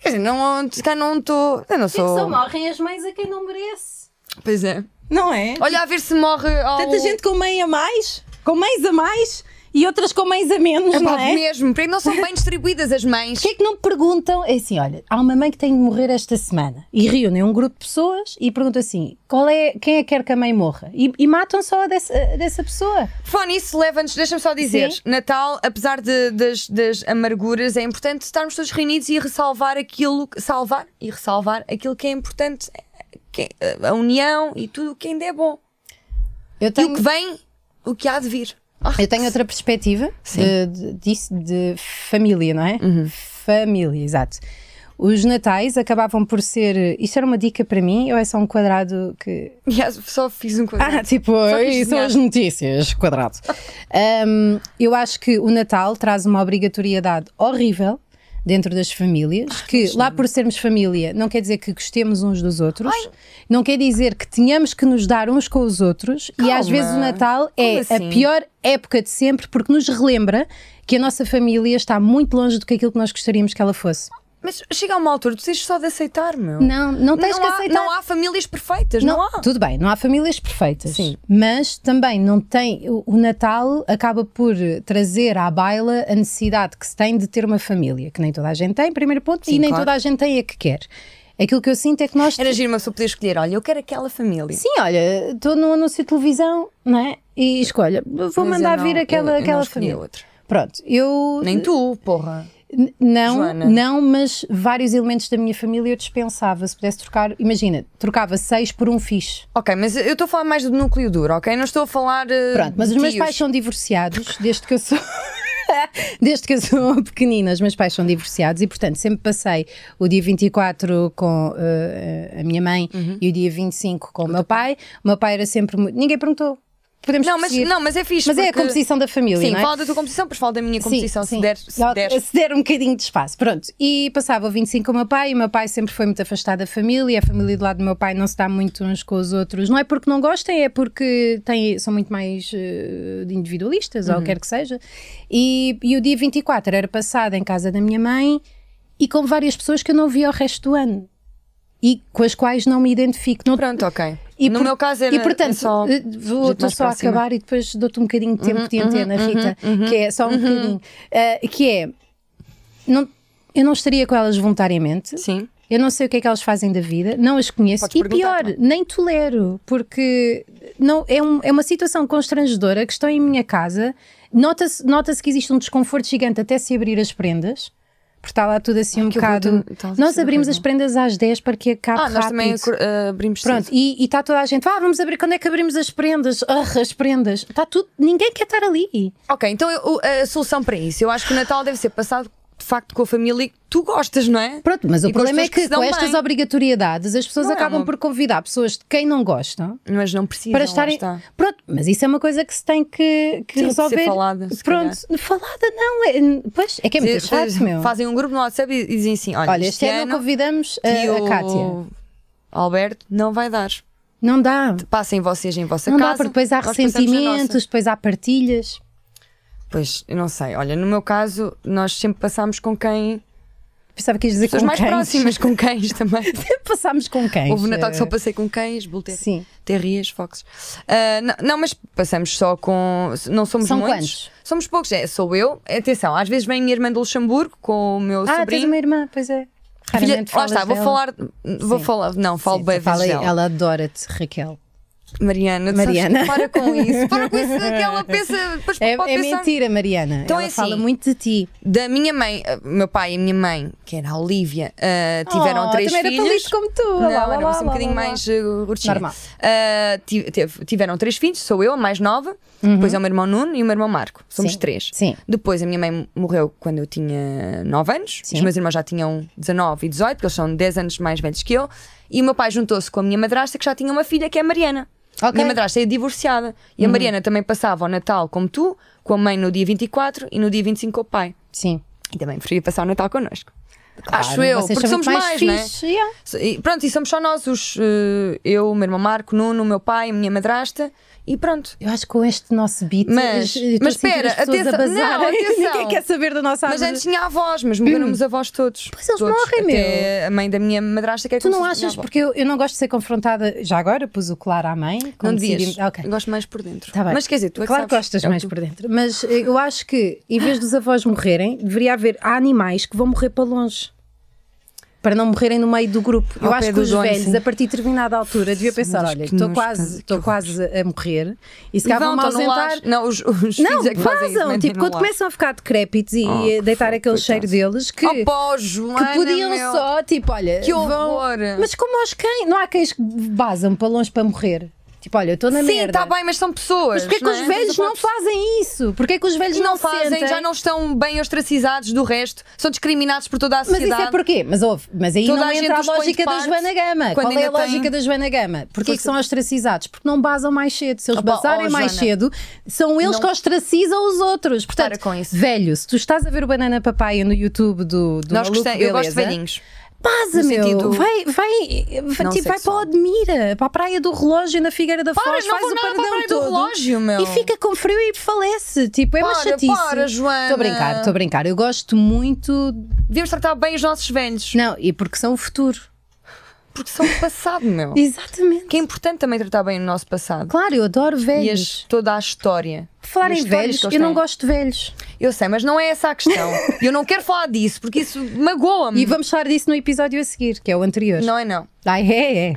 [SPEAKER 1] Quer dizer, não, se calhar não estou. Eu não sou.
[SPEAKER 2] morrem as mães a quem não merece.
[SPEAKER 1] Pois é.
[SPEAKER 2] Não é?
[SPEAKER 1] Olha, a ver se morre. Ao...
[SPEAKER 2] Tanta gente com mãe a mais, com mães a mais e outras com mães a menos,
[SPEAKER 1] Epá,
[SPEAKER 2] não é? Porquê
[SPEAKER 1] mesmo, porque não são bem distribuídas as mães.
[SPEAKER 2] é que não perguntam? É assim, olha, há uma mãe que tem de morrer esta semana e reúnem um grupo de pessoas e perguntam assim: qual é, quem é que quer que a mãe morra? E, e matam só a dessa, a dessa pessoa.
[SPEAKER 1] Fone, isso leva-nos, deixa-me só dizer,
[SPEAKER 2] Sim.
[SPEAKER 1] Natal, apesar de- das, das amarguras, é importante estarmos todos reunidos e ressalvar aquilo, salvar e ressalvar aquilo que é importante, que é a união e tudo o que ainda é bom.
[SPEAKER 2] Eu
[SPEAKER 1] E o que vem, o que há de vir. <laughs> Ah,
[SPEAKER 2] Eu tenho outra perspectiva de, de- disso, de família, não é? F- família, exato. Os natais acabavam por ser. Isto era uma dica para mim ou é só um quadrado que.
[SPEAKER 1] Yes, só fiz um
[SPEAKER 2] Ah,
[SPEAKER 1] quadrado.
[SPEAKER 2] tipo,
[SPEAKER 1] Só quis
[SPEAKER 2] isso são
[SPEAKER 1] desenhar.
[SPEAKER 2] as notícias, quadrado. Hum, eu acho que o Natal traz uma obrigatoriedade horrível dentro das famílias, que lá por sermos família não quer dizer que gostemos uns dos outros, não quer dizer que tenhamos que nos dar uns com os outros, e às
[SPEAKER 1] Calma.
[SPEAKER 2] vezes o Natal é
[SPEAKER 1] Como assim?
[SPEAKER 2] a pior época de sempre porque nos relembra que a nossa família está muito longe do que aquilo que nós gostaríamos que ela fosse.
[SPEAKER 1] Mas chega a uma altura, tu tens só de aceitar, meu.
[SPEAKER 2] Não, não tens
[SPEAKER 1] não
[SPEAKER 2] que
[SPEAKER 1] há,
[SPEAKER 2] aceitar.
[SPEAKER 1] Não há famílias perfeitas, não, há.
[SPEAKER 2] Tudo bem, não há famílias perfeitas.
[SPEAKER 1] Sim.
[SPEAKER 2] Mas também não tem. O, o Natal acaba por eh, trazer à baila a necessidade que se tem de ter uma família, que nem toda a gente tem, primeiro ponto, e nem
[SPEAKER 1] claro.
[SPEAKER 2] toda a gente tem a que quer. Aquilo que eu sinto é que nós.
[SPEAKER 1] Era giro uma pessoa poder escolher, olha, eu quero aquela família.
[SPEAKER 2] Sim, olha, estou num anúncio de televisão, não é? E escolha, vou
[SPEAKER 1] Mas eu
[SPEAKER 2] mandar
[SPEAKER 1] não-
[SPEAKER 2] vir
[SPEAKER 1] eu-
[SPEAKER 2] aquela,
[SPEAKER 1] eu não
[SPEAKER 2] aquela
[SPEAKER 1] escolhi
[SPEAKER 2] família.
[SPEAKER 1] outra.
[SPEAKER 2] Pronto, eu.
[SPEAKER 1] Nem tu, porra.
[SPEAKER 2] N- Não,
[SPEAKER 1] Joana?
[SPEAKER 2] não, mas vários elementos da minha família eu dispensava. Se pudesse trocar, imagina, trocava seis por um fixe.
[SPEAKER 1] Ok, mas eu estou a falar mais do núcleo duro, ok? Não estou a falar. eh,
[SPEAKER 2] Pronto, mas os meus
[SPEAKER 1] tios.
[SPEAKER 2] pais são divorciados desde que eu sou. <laughs> Desde que eu sou pequenina, os meus pais são divorciados e, portanto, sempre passei o dia 24 com eh, a minha mãe
[SPEAKER 1] Uhum.
[SPEAKER 2] e o dia 25 com o meu pai. O meu pai era sempre muito. Ninguém perguntou. Podemos
[SPEAKER 1] Não mas,
[SPEAKER 2] prosseguir.
[SPEAKER 1] não, mas é fixe.
[SPEAKER 2] Mas é a
[SPEAKER 1] porque-
[SPEAKER 2] composição da família.
[SPEAKER 1] Sim,
[SPEAKER 2] não é?
[SPEAKER 1] fala da tua composição, pois fala da minha composição, se der. Se
[SPEAKER 2] Ela-
[SPEAKER 1] der.
[SPEAKER 2] se der um bocadinho de espaço. Pronto. E passava o 25 com o meu pai, e o meu pai sempre foi muito afastado da família. A família do lado do meu pai não se dá muito uns com os outros. Não é porque não gostem, é porque têm, são muito mais eh, individualistas,
[SPEAKER 1] Uhum.
[SPEAKER 2] ou ou quer que seja. E, e o dia 24 era passado em casa da minha mãe e com várias pessoas que eu não via o resto do ano. E com as quais não me identifico. Não,
[SPEAKER 1] Pronto, ok.
[SPEAKER 2] e
[SPEAKER 1] no
[SPEAKER 2] por-
[SPEAKER 1] meu caso era.
[SPEAKER 2] e portanto,
[SPEAKER 1] é só...
[SPEAKER 2] eh, vou
[SPEAKER 1] gente
[SPEAKER 2] estou
[SPEAKER 1] mais
[SPEAKER 2] só a
[SPEAKER 1] próxima. Uhum,
[SPEAKER 2] acabar e depois dou-te um bocadinho de tempo de antena, Rita, que é só um bocadinho. Eh, que é, não, eu não estaria com elas voluntariamente,
[SPEAKER 1] Sim.
[SPEAKER 2] eu não sei o que é que elas fazem da vida, não as conheço
[SPEAKER 1] Podes
[SPEAKER 2] e pior,
[SPEAKER 1] perguntar,
[SPEAKER 2] nem tolero, porque não, é, um- é uma situação constrangedora que estão em minha casa. Nota-se nota que existe um desconforto gigante até se abrir as prendas. Porque está lá tudo assim um
[SPEAKER 1] que horror,
[SPEAKER 2] bocado.
[SPEAKER 1] tu- estás a
[SPEAKER 2] Nós
[SPEAKER 1] ser
[SPEAKER 2] abrimos as
[SPEAKER 1] horrível.
[SPEAKER 2] prendas às 10 para que acabe
[SPEAKER 1] Ah, nós também
[SPEAKER 2] rápido.
[SPEAKER 1] eh, abrimos
[SPEAKER 2] Pronto,
[SPEAKER 1] cedo.
[SPEAKER 2] e está toda a gente, ah, vamos abrir, quando é que abrimos as prendas? Ah, as prendas. Está tudo, ninguém quer estar ali.
[SPEAKER 1] Ok, então eu- o- a solução para isso, eu acho que o Natal deve ser passado de facto com a família que tu gostas, não é?
[SPEAKER 2] Pronto, mas o
[SPEAKER 1] E com as
[SPEAKER 2] problema é
[SPEAKER 1] pessoas que
[SPEAKER 2] que
[SPEAKER 1] se
[SPEAKER 2] com
[SPEAKER 1] dão
[SPEAKER 2] estas
[SPEAKER 1] bem.
[SPEAKER 2] obrigatoriedades as pessoas
[SPEAKER 1] Não é,
[SPEAKER 2] acabam
[SPEAKER 1] amor.
[SPEAKER 2] por convidar pessoas de quem não gostam
[SPEAKER 1] Mas não precisam.
[SPEAKER 2] para
[SPEAKER 1] lá
[SPEAKER 2] estarem.
[SPEAKER 1] está.
[SPEAKER 2] Pronto, mas isso é uma coisa que se tem que, que
[SPEAKER 1] Tem que
[SPEAKER 2] resolver.
[SPEAKER 1] ser falada, se
[SPEAKER 2] Pronto, falada não. É, pois, é que é muito
[SPEAKER 1] Dizer-
[SPEAKER 2] chato, meu.
[SPEAKER 1] Fazem um grupo no WhatsApp e e dizem assim: olha,
[SPEAKER 2] Olha,
[SPEAKER 1] este,
[SPEAKER 2] este ano
[SPEAKER 1] ano
[SPEAKER 2] convidamos a,
[SPEAKER 1] tio
[SPEAKER 2] a Kátia.
[SPEAKER 1] Alberto não vai dar.
[SPEAKER 2] Não dá.
[SPEAKER 1] Passem vocês em vossa
[SPEAKER 2] Não
[SPEAKER 1] casa.
[SPEAKER 2] dá, porque depois há
[SPEAKER 1] nós passamos na nossa.
[SPEAKER 2] ressentimentos, depois há partilhas.
[SPEAKER 1] Pois, eu não sei. Olha, no meu caso, nós sempre passámos com quem.
[SPEAKER 2] Pensava que ias dizer
[SPEAKER 1] Pessoas
[SPEAKER 2] com
[SPEAKER 1] mais
[SPEAKER 2] cães.
[SPEAKER 1] próximas, com cães
[SPEAKER 2] <laughs>
[SPEAKER 1] também.
[SPEAKER 2] Passámos com cães.
[SPEAKER 1] Houve um Natal que só
[SPEAKER 2] Eh,
[SPEAKER 1] passei com cães, bull ter-
[SPEAKER 2] Sim.
[SPEAKER 1] terriers, foxes. Ah, não, não, mas passamos só com. Não somos
[SPEAKER 2] São
[SPEAKER 1] muitos.
[SPEAKER 2] quantos?
[SPEAKER 1] Somos poucos, é, sou eu. Atenção, às vezes vem a minha irmã do Luxemburgo com o meu
[SPEAKER 2] Ah, tens
[SPEAKER 1] sobrinho.
[SPEAKER 2] uma irmã, pois é.
[SPEAKER 1] Filha,
[SPEAKER 2] Raramente
[SPEAKER 1] lá
[SPEAKER 2] falas
[SPEAKER 1] está, vou
[SPEAKER 2] dela.
[SPEAKER 1] falar. Vou
[SPEAKER 2] Sim.
[SPEAKER 1] falar. Não, falo
[SPEAKER 2] Sim,
[SPEAKER 1] bem
[SPEAKER 2] tu fala
[SPEAKER 1] vezes
[SPEAKER 2] aí,
[SPEAKER 1] dela. Oh,
[SPEAKER 2] Ela adora-te, Raquel.
[SPEAKER 1] Mariana, tu sabes
[SPEAKER 2] Mariana.
[SPEAKER 1] que para com isso. Para com
[SPEAKER 2] <laughs>
[SPEAKER 1] isso, que ela pensa. Depois
[SPEAKER 2] É,
[SPEAKER 1] pode
[SPEAKER 2] é
[SPEAKER 1] pensar.
[SPEAKER 2] mentira, Mariana.
[SPEAKER 1] Então
[SPEAKER 2] ela
[SPEAKER 1] é assim.
[SPEAKER 2] fala muito de ti.
[SPEAKER 1] Da minha mãe, ah, meu pai e minha mãe, que era a Olivia, ah, tiveram
[SPEAKER 2] Oh,
[SPEAKER 1] três
[SPEAKER 2] também
[SPEAKER 1] filhos.
[SPEAKER 2] era palito como tu.
[SPEAKER 1] Não,
[SPEAKER 2] Olá,
[SPEAKER 1] era
[SPEAKER 2] olá,
[SPEAKER 1] assim um
[SPEAKER 2] olá,
[SPEAKER 1] bocadinho
[SPEAKER 2] olá.
[SPEAKER 1] mais uh, gordinha.
[SPEAKER 2] Normal.
[SPEAKER 1] Ah, ti- teve- tiveram três filhos, sou eu, a mais nova, depois é o meu irmão Nuno e o meu irmão Marco. Somos
[SPEAKER 2] Uhum. Sim,
[SPEAKER 1] três.
[SPEAKER 2] sim.
[SPEAKER 1] Depois a minha mãe morreu quando eu tinha 9 anos,
[SPEAKER 2] Sim.
[SPEAKER 1] os meus irmãos já tinham 19 e 18, porque eles são 10 anos mais velhos que eu, e o meu pai juntou-se com a minha madrasta, que já tinha uma filha, que é a Mariana.
[SPEAKER 2] Ok. Uhum.
[SPEAKER 1] Minha madrasta é divorciada. E a Mariana também passava o Natal como tu, com a mãe no dia 24 e no dia 25 com o pai.
[SPEAKER 2] Sim.
[SPEAKER 1] E também preferia passar o Natal connosco. Acho
[SPEAKER 2] Claro,
[SPEAKER 1] eu,
[SPEAKER 2] vocês
[SPEAKER 1] porque
[SPEAKER 2] são muito né?
[SPEAKER 1] somos mais, não é?
[SPEAKER 2] fixe, yeah.
[SPEAKER 1] So- E, pronto, e somos só nós, os, eh, eu, o meu irmão Marco, Nuno, o meu pai, a minha madrasta e pronto.
[SPEAKER 2] Eu acho que com este nosso beat.
[SPEAKER 1] Mas-
[SPEAKER 2] eu estou
[SPEAKER 1] mas
[SPEAKER 2] a sentir
[SPEAKER 1] espera,
[SPEAKER 2] as pessoas
[SPEAKER 1] atenção-
[SPEAKER 2] a bazar.
[SPEAKER 1] não, atenção.
[SPEAKER 2] <laughs> Ninguém quer saber da nossa
[SPEAKER 1] Mas
[SPEAKER 2] árvore.
[SPEAKER 1] antes tinha avós, mas morreram os avós todos.
[SPEAKER 2] Ah, Pois eles
[SPEAKER 1] todos.
[SPEAKER 2] morrem,
[SPEAKER 1] Até a mãe da minha madrasta que é
[SPEAKER 2] Tu não
[SPEAKER 1] como se fosse minha
[SPEAKER 2] achas?
[SPEAKER 1] avó.
[SPEAKER 2] Porque eu, eu não gosto de ser confrontada. Já agora pus o colar à mãe.
[SPEAKER 1] Não
[SPEAKER 2] quando
[SPEAKER 1] devias.
[SPEAKER 2] decidimos- Ah, Ok.
[SPEAKER 1] Eu gosto mais por dentro.
[SPEAKER 2] Tá bem.
[SPEAKER 1] Mas quer dizer, tu é
[SPEAKER 2] Claro
[SPEAKER 1] que sabes.
[SPEAKER 2] gostas
[SPEAKER 1] É o
[SPEAKER 2] mais
[SPEAKER 1] que tu-
[SPEAKER 2] por dentro. Mas eh, eu acho que, em vez dos avós morrerem, deveria haver há animais que vão morrer para longe. Para não morrerem no meio do grupo.
[SPEAKER 1] Ao
[SPEAKER 2] eu
[SPEAKER 1] pé
[SPEAKER 2] acho que
[SPEAKER 1] do
[SPEAKER 2] os
[SPEAKER 1] dono,
[SPEAKER 2] velhos,
[SPEAKER 1] sim.
[SPEAKER 2] a partir de determinada altura, devia pensar:
[SPEAKER 1] mas
[SPEAKER 2] olha,
[SPEAKER 1] que
[SPEAKER 2] estou
[SPEAKER 1] nojo,
[SPEAKER 2] quase,
[SPEAKER 1] estás-
[SPEAKER 2] estou
[SPEAKER 1] que
[SPEAKER 2] quase a morrer. E se
[SPEAKER 1] E
[SPEAKER 2] calhar
[SPEAKER 1] vão,
[SPEAKER 2] vão-me
[SPEAKER 1] estão no lar.
[SPEAKER 2] ausentar.
[SPEAKER 1] Não, os, os
[SPEAKER 2] Não,
[SPEAKER 1] filhos é que fazem isso,
[SPEAKER 2] vazam.
[SPEAKER 1] metem
[SPEAKER 2] Tipo,
[SPEAKER 1] no
[SPEAKER 2] quando
[SPEAKER 1] lar.
[SPEAKER 2] começam a ficar decrépitos e
[SPEAKER 1] Oh,
[SPEAKER 2] eh, deitar
[SPEAKER 1] coitado.
[SPEAKER 2] aquele cheiro deles, que,
[SPEAKER 1] Oh, pó,
[SPEAKER 2] que
[SPEAKER 1] Joana,
[SPEAKER 2] podiam
[SPEAKER 1] meu.
[SPEAKER 2] só, tipo, olha,
[SPEAKER 1] Que
[SPEAKER 2] vão-
[SPEAKER 1] horror.
[SPEAKER 2] Mas como aos cães? Não há cães que vazam para longe para morrer. Tipo, olha, eu estou na
[SPEAKER 1] Sim,
[SPEAKER 2] merda.
[SPEAKER 1] está bem, mas são pessoas.
[SPEAKER 2] Mas porquê é que
[SPEAKER 1] não
[SPEAKER 2] os
[SPEAKER 1] é?
[SPEAKER 2] velhos não fazem isso? Porquê é que os velhos
[SPEAKER 1] E não,
[SPEAKER 2] se
[SPEAKER 1] fazem,
[SPEAKER 2] sentem?
[SPEAKER 1] já não estão bem ostracizados do resto, são discriminados por toda a
[SPEAKER 2] Mas
[SPEAKER 1] sociedade.
[SPEAKER 2] isso é porquê? Mas, ouve, mas aí
[SPEAKER 1] Toda
[SPEAKER 2] não
[SPEAKER 1] a gente
[SPEAKER 2] entra a
[SPEAKER 1] os põe de
[SPEAKER 2] lógica da
[SPEAKER 1] parte
[SPEAKER 2] Joana Gama.
[SPEAKER 1] quando
[SPEAKER 2] Qual é a
[SPEAKER 1] ainda tem-
[SPEAKER 2] lógica da Joana Gama? Porquê é que
[SPEAKER 1] Força.
[SPEAKER 2] são ostracizados? Porque não basam mais cedo. Se eles
[SPEAKER 1] Opa,
[SPEAKER 2] basarem
[SPEAKER 1] oh,
[SPEAKER 2] mais
[SPEAKER 1] Joana,
[SPEAKER 2] cedo, são eles
[SPEAKER 1] não-
[SPEAKER 2] que ostracizam os outros. Portanto,
[SPEAKER 1] Para com isso.
[SPEAKER 2] velho, se tu estás a ver o Banana Papaya no YouTube do, do
[SPEAKER 1] Nós
[SPEAKER 2] Maluco
[SPEAKER 1] gostam- eu gosto de
[SPEAKER 2] Beleza,
[SPEAKER 1] velhinhos.
[SPEAKER 2] Baza,
[SPEAKER 1] No
[SPEAKER 2] meu.
[SPEAKER 1] sentido-
[SPEAKER 2] Vai, vai, vai,
[SPEAKER 1] Não
[SPEAKER 2] tipo, vai para o
[SPEAKER 1] sexual.
[SPEAKER 2] Admira, para a Praia do Relógio, na Figueira da
[SPEAKER 1] Para,
[SPEAKER 2] Foz,
[SPEAKER 1] não
[SPEAKER 2] faz
[SPEAKER 1] vou
[SPEAKER 2] o
[SPEAKER 1] nada para a
[SPEAKER 2] pardão
[SPEAKER 1] Praia do
[SPEAKER 2] todo.
[SPEAKER 1] Relógio, meu.
[SPEAKER 2] E fica com frio e falece. Tipo, é uma
[SPEAKER 1] Para,
[SPEAKER 2] chatice.
[SPEAKER 1] para, Joana.
[SPEAKER 2] Estou a brincar, estou a brincar. Eu gosto muito.
[SPEAKER 1] Devíamos tratar bem os nossos velhos,
[SPEAKER 2] Não, e porque são o futuro.
[SPEAKER 1] porque são o passado, meu.
[SPEAKER 2] Exatamente.
[SPEAKER 1] Que é importante também tratar bem o nosso passado.
[SPEAKER 2] Claro, eu adoro
[SPEAKER 1] E
[SPEAKER 2] velhos.
[SPEAKER 1] as- toda a história.
[SPEAKER 2] Por Falar
[SPEAKER 1] e as
[SPEAKER 2] em
[SPEAKER 1] histórias
[SPEAKER 2] velhos,
[SPEAKER 1] que eles
[SPEAKER 2] eu não
[SPEAKER 1] têm.
[SPEAKER 2] gosto de velhos.
[SPEAKER 1] Eu sei, mas não é essa a
[SPEAKER 2] <laughs>
[SPEAKER 1] questão. eu não quero falar disso, porque isso magoa-me.
[SPEAKER 2] E vamos falar disso no episódio a seguir, que é o anterior.
[SPEAKER 1] Uhum. Não é não.
[SPEAKER 2] Ai, é, é.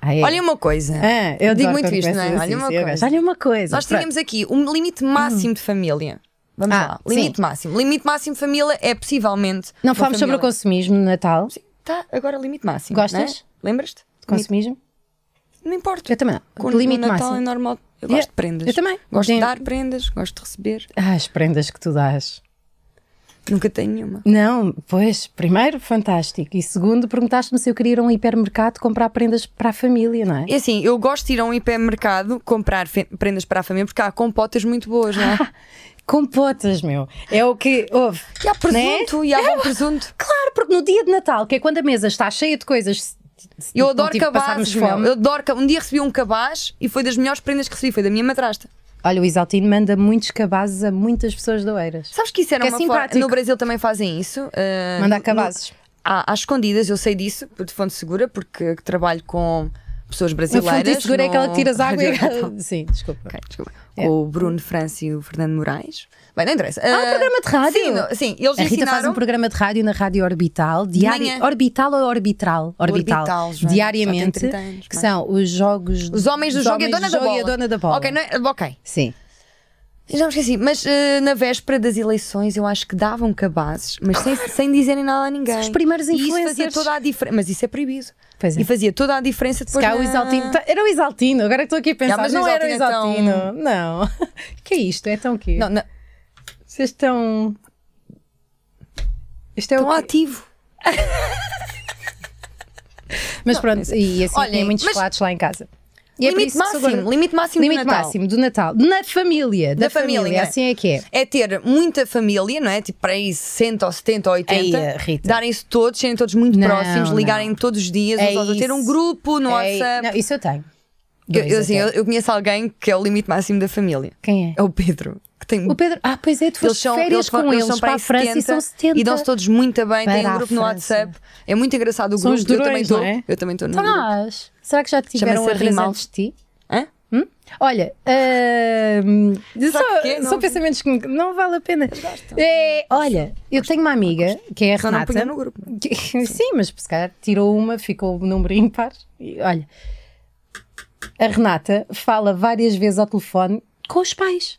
[SPEAKER 2] Ai, é.
[SPEAKER 1] Olha uma coisa.
[SPEAKER 2] Ah, eu
[SPEAKER 1] digo
[SPEAKER 2] adoro
[SPEAKER 1] muito
[SPEAKER 2] quando
[SPEAKER 1] isto,
[SPEAKER 2] começam
[SPEAKER 1] não é?
[SPEAKER 2] assim,
[SPEAKER 1] Olha uma
[SPEAKER 2] sim, eu
[SPEAKER 1] coisa.
[SPEAKER 2] gosto. Olha uma coisa.
[SPEAKER 1] Nós
[SPEAKER 2] Pronto.
[SPEAKER 1] tínhamos aqui um limite máximo de família. Vamos
[SPEAKER 2] Ah,
[SPEAKER 1] lá. Limite
[SPEAKER 2] sim.
[SPEAKER 1] máximo. Limite máximo de família é possivelmente.
[SPEAKER 2] Não
[SPEAKER 1] uma
[SPEAKER 2] falamos sobre o
[SPEAKER 1] família.
[SPEAKER 2] consumismo no Natal.
[SPEAKER 1] Sim, tá, agora limite máximo.
[SPEAKER 2] Gostas?
[SPEAKER 1] não é? Lembras-te? Limite-
[SPEAKER 2] Consumismo?
[SPEAKER 1] Não importa.
[SPEAKER 2] Eu também não.
[SPEAKER 1] Com
[SPEAKER 2] Limite
[SPEAKER 1] no Natal é
[SPEAKER 2] máximo.
[SPEAKER 1] normal. Eu
[SPEAKER 2] Yeah,
[SPEAKER 1] gosto de prendas.
[SPEAKER 2] eu também.
[SPEAKER 1] Gosto
[SPEAKER 2] Sim.
[SPEAKER 1] de dar prendas, gosto de receber.
[SPEAKER 2] Ah, as prendas que tu dás.
[SPEAKER 1] Nunca tenho nenhuma.
[SPEAKER 2] Não, pois, primeiro, fantástico. E segundo, perguntaste-me se eu queria ir a um hipermercado comprar prendas para a família, não é?
[SPEAKER 1] É assim, eu gosto de ir a um hipermercado comprar fe- prendas para a família porque há compotas muito boas, não é?
[SPEAKER 2] Compotas, meu. É o que houve.
[SPEAKER 1] <laughs> E há presunto, e há bom presunto.
[SPEAKER 2] Claro, porque no dia de Natal, que é quando a mesa está cheia de coisas. se- se
[SPEAKER 1] Eu
[SPEAKER 2] não
[SPEAKER 1] adoro
[SPEAKER 2] tive que
[SPEAKER 1] cabazes,
[SPEAKER 2] passarmos
[SPEAKER 1] meu.
[SPEAKER 2] fome.
[SPEAKER 1] Eu adoro ca- Um dia recebi um cabaz e foi das melhores prendas que recebi, foi da minha madrasta.
[SPEAKER 2] Olha, o Isaltino manda muitos cabazes a muitas pessoas de Oeiras.
[SPEAKER 1] Sabes que isso era
[SPEAKER 2] Que é
[SPEAKER 1] uma
[SPEAKER 2] simpático.
[SPEAKER 1] forma. No Brasil também fazem isso. ah,
[SPEAKER 2] Mandar
[SPEAKER 1] no-
[SPEAKER 2] cabazes.
[SPEAKER 1] à- às escondidas, eu sei disso, de fonte segura, porque trabalho com pessoas
[SPEAKER 2] A
[SPEAKER 1] brasileiras.
[SPEAKER 2] fonte segura é
[SPEAKER 1] no-
[SPEAKER 2] aquela que
[SPEAKER 1] <laughs>
[SPEAKER 2] tiras água e.
[SPEAKER 1] Ok,
[SPEAKER 2] Sim, desculpa.
[SPEAKER 1] desculpa.
[SPEAKER 2] É.
[SPEAKER 1] O Bruno França e o Fernando Moraes. Bem, não interessa.
[SPEAKER 2] Ah, um programa de rádio?
[SPEAKER 1] Sim, no- sim eles
[SPEAKER 2] A Rita
[SPEAKER 1] ensinaram.
[SPEAKER 2] faz um programa de rádio na Rádio Orbital, diari...
[SPEAKER 1] manhã.
[SPEAKER 2] Orbital ou Orbital? Orbital.
[SPEAKER 1] Orbital, Joana,
[SPEAKER 2] diariamente,
[SPEAKER 1] já tem 30 anos,
[SPEAKER 2] que
[SPEAKER 1] mais.
[SPEAKER 2] são os jogos.
[SPEAKER 1] Os homens do
[SPEAKER 2] os
[SPEAKER 1] jogo, e a,
[SPEAKER 2] homens
[SPEAKER 1] dona
[SPEAKER 2] do
[SPEAKER 1] da
[SPEAKER 2] jogo
[SPEAKER 1] bola.
[SPEAKER 2] e a dona da bola.
[SPEAKER 1] Ok, não é- ok.
[SPEAKER 2] Sim.
[SPEAKER 1] Já me esqueci, mas eh, na véspera das eleições eu acho que davam cabazes, mas sem, sem dizerem nada a ninguém.
[SPEAKER 2] São os primeiros
[SPEAKER 1] E isso fazia
[SPEAKER 2] influencers.
[SPEAKER 1] toda a diferença. Mas isso é proibido.
[SPEAKER 2] Pois é.
[SPEAKER 1] E fazia toda a diferença
[SPEAKER 2] Se
[SPEAKER 1] depois.
[SPEAKER 2] cá o
[SPEAKER 1] na-
[SPEAKER 2] Isaltino. tá- Era o Isaltino, agora que estou aqui a pensar.
[SPEAKER 1] Ah, mas não
[SPEAKER 2] o
[SPEAKER 1] era o
[SPEAKER 2] Isaltino,
[SPEAKER 1] Isaltino.
[SPEAKER 2] então. Não. <laughs> que é isto? É tão quê?
[SPEAKER 1] Não, não,
[SPEAKER 2] Vocês estão. Isto é
[SPEAKER 1] tão
[SPEAKER 2] o quê?
[SPEAKER 1] um ativo.
[SPEAKER 2] Mas pronto, e assim
[SPEAKER 1] Olhem,
[SPEAKER 2] tem muitos
[SPEAKER 1] mas-
[SPEAKER 2] chocolates lá em casa. E é por
[SPEAKER 1] Limite
[SPEAKER 2] isso que sou gorda.
[SPEAKER 1] máximo, limite máximo do
[SPEAKER 2] Limite
[SPEAKER 1] Natal.
[SPEAKER 2] máximo do Natal. Na família. Da,
[SPEAKER 1] Da família,
[SPEAKER 2] família.
[SPEAKER 1] é.
[SPEAKER 2] Assim é que é.
[SPEAKER 1] É ter muita família, não é? Tipo, para aí 60 ou 70 ou 80.
[SPEAKER 2] Aí, Rita.
[SPEAKER 1] Darem-se todos, serem todos muito
[SPEAKER 2] Não,
[SPEAKER 1] próximos,
[SPEAKER 2] não.
[SPEAKER 1] ligarem todos os dias,
[SPEAKER 2] É
[SPEAKER 1] uns aos outros. ter um
[SPEAKER 2] isso.
[SPEAKER 1] grupo no
[SPEAKER 2] Ei,
[SPEAKER 1] WhatsApp.
[SPEAKER 2] É, não, isso eu tenho.
[SPEAKER 1] Eu,
[SPEAKER 2] Dois
[SPEAKER 1] eu, assim,
[SPEAKER 2] até.
[SPEAKER 1] eu, eu conheço alguém que é o limite máximo da família.
[SPEAKER 2] Quem é?
[SPEAKER 1] É o Pedro, que tem
[SPEAKER 2] O Pedro. Ah, pois é, tu foste de férias
[SPEAKER 1] vão-
[SPEAKER 2] com eles, para
[SPEAKER 1] aí
[SPEAKER 2] a França e são 70.
[SPEAKER 1] E dão-se todos muito bem, têm
[SPEAKER 2] Para
[SPEAKER 1] um
[SPEAKER 2] a
[SPEAKER 1] grupo no
[SPEAKER 2] França.
[SPEAKER 1] WhatsApp. É muito engraçado o
[SPEAKER 2] São
[SPEAKER 1] grupo.
[SPEAKER 2] os
[SPEAKER 1] eu também
[SPEAKER 2] durões,
[SPEAKER 1] estou.
[SPEAKER 2] não é?
[SPEAKER 1] Eu também estou no grupo.
[SPEAKER 2] Traz. Será que já tiveram
[SPEAKER 1] Chama-se
[SPEAKER 2] outras
[SPEAKER 1] Rimal.
[SPEAKER 2] antes de ti?
[SPEAKER 1] Hã?
[SPEAKER 2] Hum? Olha, ahm,
[SPEAKER 1] Sabe porquê?
[SPEAKER 2] só,
[SPEAKER 1] Não
[SPEAKER 2] só
[SPEAKER 1] ouvi.
[SPEAKER 2] pensamentos que me- não vale a pena. É, olha, eu tenho uma amiga que é a
[SPEAKER 1] Só não
[SPEAKER 2] Renata.
[SPEAKER 1] punha no grupo.
[SPEAKER 2] Que- <laughs> Sim, mas se calhar tirou uma, ficou o número ímpar. E, olha, a Renata fala várias vezes ao telefone com os pais.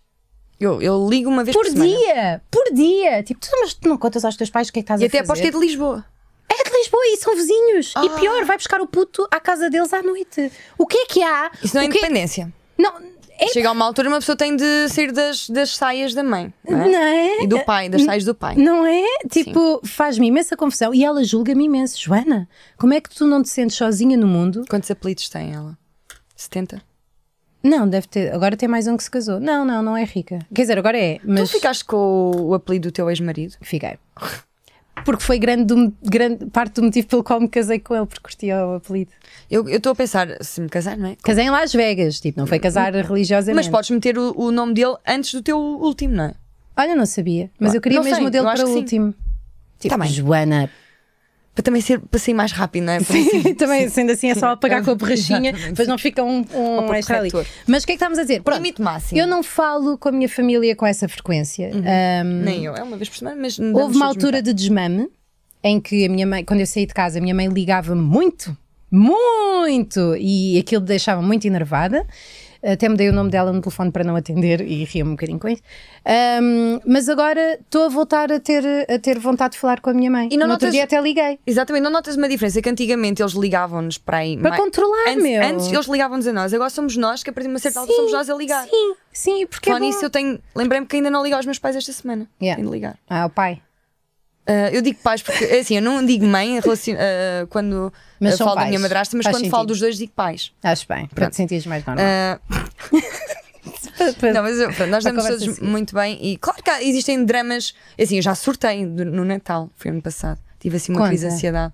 [SPEAKER 1] Eu, eu ligo uma vez por,
[SPEAKER 2] Por
[SPEAKER 1] semana.
[SPEAKER 2] dia! Por dia! Tipo, tu, mas tu não contas aos teus pais o que é que estás
[SPEAKER 1] E
[SPEAKER 2] a
[SPEAKER 1] até
[SPEAKER 2] fazer? Ah.
[SPEAKER 1] aposto que é de Lisboa.
[SPEAKER 2] É de Lisboa e são vizinhos. E pior, vai buscar o puto à casa deles à noite. O que é que há?
[SPEAKER 1] Isso não é
[SPEAKER 2] o que...
[SPEAKER 1] independência.
[SPEAKER 2] Não, é...
[SPEAKER 1] Chega a uma altura uma pessoa tem de sair das, das saias da mãe. Não é?
[SPEAKER 2] Não é?
[SPEAKER 1] E do pai, das saias do pai.
[SPEAKER 2] Não é? Tipo, faz-me imensa confusão e ela julga-me imenso. Joana, como é que tu não te sentes sozinha no mundo?
[SPEAKER 1] Quantos apelidos tem ela? 70?
[SPEAKER 2] Não, deve ter. Agora tem mais um que se casou. Não, não, não é rica. Quer dizer, agora é. Mas
[SPEAKER 1] Tu ficaste com o, o apelido do teu ex-marido?
[SPEAKER 2] fiquei. Porque foi grande, do- grande parte do motivo pelo qual me casei com ele, porque curtia o apelido.
[SPEAKER 1] Eu eu estou a pensar, se me casar, não é?
[SPEAKER 2] Casei em Las Vegas, tipo, não foi casar religiosamente.
[SPEAKER 1] Mas podes meter o, o nome dele antes do teu último, não é?
[SPEAKER 2] Olha, não sabia. Mas eu queria
[SPEAKER 1] Não sei,
[SPEAKER 2] mesmo o dele
[SPEAKER 1] eu acho
[SPEAKER 2] para
[SPEAKER 1] que
[SPEAKER 2] o
[SPEAKER 1] sim.
[SPEAKER 2] último. Tipo,
[SPEAKER 1] Tá bem.
[SPEAKER 2] Joana.
[SPEAKER 1] Para também ser, para sair mais rápido, não é? Para
[SPEAKER 2] <laughs> Também, sendo assim, é só apagar com a borrachinha, depois não fica um, um
[SPEAKER 1] pouco
[SPEAKER 2] extra ali.
[SPEAKER 1] corretor.
[SPEAKER 2] Mas o que é que estamos a dizer? Pronto,
[SPEAKER 1] Limite máximo.
[SPEAKER 2] eu não falo com a minha família com essa frequência.
[SPEAKER 1] Uhum.
[SPEAKER 2] Ahm,
[SPEAKER 1] Nem eu, é uma vez por semana, mas não
[SPEAKER 2] Houve uma altura de desmame em que a minha mãe, quando eu saí de casa, a minha mãe ligava muito, muito, e aquilo deixava muito enervada. Ah, Até mudei o nome dela no telefone para não atender e ri-me um bocadinho com isso. Ahm, mas agora estou a voltar a ter, a ter vontade de falar com a minha mãe.
[SPEAKER 1] E
[SPEAKER 2] E
[SPEAKER 1] não
[SPEAKER 2] no outro
[SPEAKER 1] notas-
[SPEAKER 2] dia até liguei.
[SPEAKER 1] Exatamente, não notas uma diferença que antigamente eles ligavam-nos para aí.
[SPEAKER 2] Para
[SPEAKER 1] mais-
[SPEAKER 2] controlar,
[SPEAKER 1] antes,
[SPEAKER 2] meu.
[SPEAKER 1] antes eles ligavam-nos a nós, agora somos nós que a partir de uma certa altura somos nós a ligar.
[SPEAKER 2] Sim, sim, porque
[SPEAKER 1] Só
[SPEAKER 2] é bom.
[SPEAKER 1] nisso eu tenho. Lembrei-me que ainda não liguei aos meus pais esta semana.
[SPEAKER 2] Yeah.
[SPEAKER 1] Tenho de ligar.
[SPEAKER 2] Ah, o pai.
[SPEAKER 1] Ah, eu digo pais porque, assim, eu não digo mãe em relacion- ah, quando
[SPEAKER 2] Mas
[SPEAKER 1] eu
[SPEAKER 2] são
[SPEAKER 1] falo da
[SPEAKER 2] pais.
[SPEAKER 1] minha madrasta, mas
[SPEAKER 2] Faz
[SPEAKER 1] quando falo
[SPEAKER 2] sentido.
[SPEAKER 1] dos dois digo pais.
[SPEAKER 2] Acho bem, para te sentires mais normal.
[SPEAKER 1] Ah,
[SPEAKER 2] Para- para-
[SPEAKER 1] não, mas eu- pronto, nós
[SPEAKER 2] Uma
[SPEAKER 1] damos
[SPEAKER 2] conversa
[SPEAKER 1] todos
[SPEAKER 2] assim.
[SPEAKER 1] muito bem e claro que há- existem dramas. Assim, eu já surtei do- no Natal, foi ano passado. Tive assim uma
[SPEAKER 2] Conta.
[SPEAKER 1] crise de ansiedade.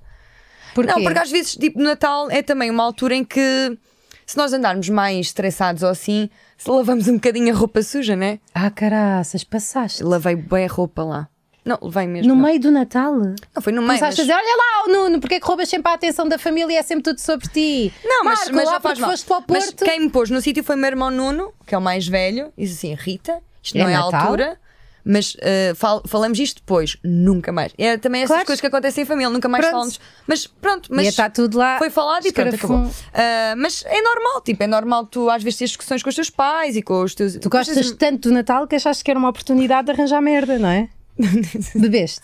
[SPEAKER 2] Porquê?
[SPEAKER 1] Não, porque às vezes, tipo, Natal é também uma altura em que se nós andarmos mais estressados ou assim, se lavamos um bocadinho a roupa suja, né?
[SPEAKER 2] Ah, caraças, passaste.
[SPEAKER 1] Lavei bem a roupa lá. Não, levei mesmo.
[SPEAKER 2] No
[SPEAKER 1] não.
[SPEAKER 2] meio do Natal?
[SPEAKER 1] Não, foi no meio.
[SPEAKER 2] Começaste a
[SPEAKER 1] mas-
[SPEAKER 2] dizer, olha lá, oh Nuno, porque é que roubas sempre a atenção da família e é sempre tudo sobre ti?
[SPEAKER 1] Não, mas,
[SPEAKER 2] Marco,
[SPEAKER 1] mas
[SPEAKER 2] lá
[SPEAKER 1] não faz
[SPEAKER 2] porque
[SPEAKER 1] mal.
[SPEAKER 2] foste para o
[SPEAKER 1] Mas
[SPEAKER 2] Porto.
[SPEAKER 1] quem me pôs no sítio foi o meu irmão Nuno, que é o mais velho, e disse assim: Rita, isto
[SPEAKER 2] É
[SPEAKER 1] não é
[SPEAKER 2] Natal?
[SPEAKER 1] a altura. Mas eh, fal- falamos isto depois, nunca mais. É também essas
[SPEAKER 2] Claro.
[SPEAKER 1] coisas que acontecem em família, nunca mais
[SPEAKER 2] Pronto.
[SPEAKER 1] falamos. Mas pronto, mas
[SPEAKER 2] Ia estar tudo lá.
[SPEAKER 1] foi falado e pronto, acabou.
[SPEAKER 2] escarafum.
[SPEAKER 1] Ah, mas é normal, tipo, é normal tu às vezes teres discussões com os teus pais e com os teus.
[SPEAKER 2] Tu gostas
[SPEAKER 1] assim,
[SPEAKER 2] tanto do Natal que achaste que era uma oportunidade de arranjar merda, não
[SPEAKER 1] <laughs>
[SPEAKER 2] é? Bebeste.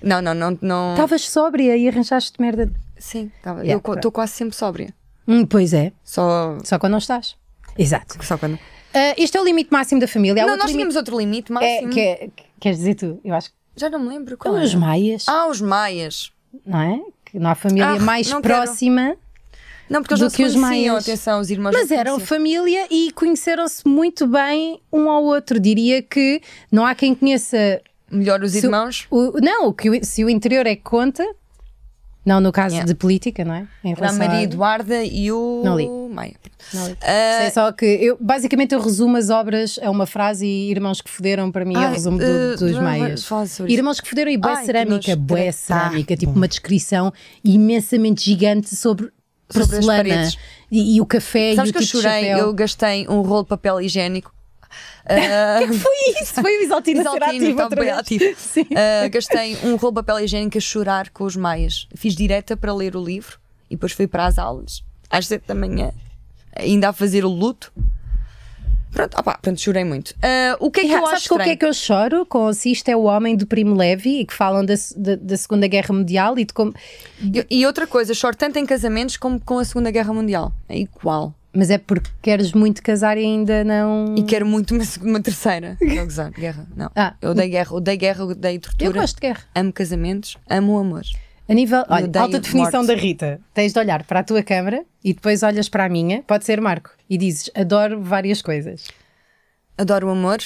[SPEAKER 1] Não, não, não. não...
[SPEAKER 2] Estavas sóbria e arranjaste merda.
[SPEAKER 1] Sim, tava.
[SPEAKER 2] Tá. Yeah,
[SPEAKER 1] eu co-
[SPEAKER 2] pronto.
[SPEAKER 1] estou quase sempre sóbria.
[SPEAKER 2] Hum, pois é,
[SPEAKER 1] Só,
[SPEAKER 2] só quando não estás. Exato.
[SPEAKER 1] só quando.
[SPEAKER 2] Ah, este é o limite máximo da família. Há
[SPEAKER 1] não,
[SPEAKER 2] outro
[SPEAKER 1] nós assim.
[SPEAKER 2] limite
[SPEAKER 1] tínhamos outro limite
[SPEAKER 2] é,
[SPEAKER 1] máximo.
[SPEAKER 2] que é- que- queres dizer tu? Eu acho que
[SPEAKER 1] Já não me lembro qual.
[SPEAKER 2] são os
[SPEAKER 1] era.
[SPEAKER 2] maias,
[SPEAKER 1] Ah, os maias.
[SPEAKER 2] não é? Que não há família
[SPEAKER 1] Ah,
[SPEAKER 2] mais
[SPEAKER 1] não quero.
[SPEAKER 2] próxima.
[SPEAKER 1] Não, porque eles
[SPEAKER 2] do
[SPEAKER 1] não se
[SPEAKER 2] que os
[SPEAKER 1] conheciam,
[SPEAKER 2] maias.
[SPEAKER 1] atenção, os irmãos.
[SPEAKER 2] Mas
[SPEAKER 1] não se
[SPEAKER 2] eram
[SPEAKER 1] conheciam.
[SPEAKER 2] família e conheceram-se muito bem um ao outro. Diria que não há quem conheça
[SPEAKER 1] melhor os
[SPEAKER 2] Se-
[SPEAKER 1] irmãos.
[SPEAKER 2] O- não, o que o- se o interior é que conta, não no caso
[SPEAKER 1] Yeah.
[SPEAKER 2] de política, não é? Em
[SPEAKER 1] Era a
[SPEAKER 2] relação a-
[SPEAKER 1] Maria Eduarda e o
[SPEAKER 2] Não li.
[SPEAKER 1] Maia.
[SPEAKER 2] Não, isso
[SPEAKER 1] Ah,
[SPEAKER 2] é só que eu, basicamente eu resumo as obras a uma frase e irmãos que fuderam para mim é
[SPEAKER 1] ai,
[SPEAKER 2] o resumo do-
[SPEAKER 1] eh,
[SPEAKER 2] dos
[SPEAKER 1] não,
[SPEAKER 2] meias.
[SPEAKER 1] fala sobre isso.
[SPEAKER 2] Irmãos que fuderam e boé
[SPEAKER 1] Ai, que
[SPEAKER 2] cerâmica,
[SPEAKER 1] nojo.
[SPEAKER 2] boé
[SPEAKER 1] Tá
[SPEAKER 2] cerâmica, tipo uma descrição imensamente gigante sobre
[SPEAKER 1] Sobre as
[SPEAKER 2] porcelana
[SPEAKER 1] paredes.
[SPEAKER 2] e, e o café
[SPEAKER 1] Sabes
[SPEAKER 2] e o
[SPEAKER 1] que eu
[SPEAKER 2] tipo de
[SPEAKER 1] chorei?
[SPEAKER 2] chapéu.
[SPEAKER 1] Eu gastei um rolo de papel higiênico.
[SPEAKER 2] <laughs>
[SPEAKER 1] Ah,
[SPEAKER 2] Foi isso, foi o Isaltino, a ser
[SPEAKER 1] Isaltino,
[SPEAKER 2] ativo Eh,
[SPEAKER 1] tá
[SPEAKER 2] outra
[SPEAKER 1] bem
[SPEAKER 2] vez.
[SPEAKER 1] <laughs> ativo.
[SPEAKER 2] <laughs> Sim.
[SPEAKER 1] ah, gastei um rolo de papel higiênico a chorar com os maias. Fiz direta para ler o livro e depois fui para as aulas às 7 da manhã, ainda a fazer o luto. Pronto, opá, pronto, chorei muito. Ah, o que é que
[SPEAKER 2] Yeah,
[SPEAKER 1] eu acho
[SPEAKER 2] sabes com o que é
[SPEAKER 1] estranho?
[SPEAKER 2] que eu choro? Com se isto é o homem do Primo Levi e que falam da, se- da- da Segunda Guerra Mundial e de como.
[SPEAKER 1] E e outra coisa, choro tanto em casamentos como com a Segunda Guerra Mundial. É igual.
[SPEAKER 2] Mas é porque queres muito casar e ainda não.
[SPEAKER 1] E quero muito uma, seg- uma
[SPEAKER 2] <laughs>
[SPEAKER 1] terceira. Não a gozar, guerra. Não.
[SPEAKER 2] Hum. Ah.
[SPEAKER 1] Eu odeio guerra, odeio guerra, odeio
[SPEAKER 2] Eu
[SPEAKER 1] tortura.
[SPEAKER 2] gosto de guerra.
[SPEAKER 1] Amo casamentos, amo o amor.
[SPEAKER 2] A nível. Olha,
[SPEAKER 1] odeio
[SPEAKER 2] alta definição
[SPEAKER 1] morte.
[SPEAKER 2] da Rita. Tens de olhar para a tua câmara e depois olhas para a minha, pode ser Marco, e dizes: adoro várias coisas.
[SPEAKER 1] Adoro o amor,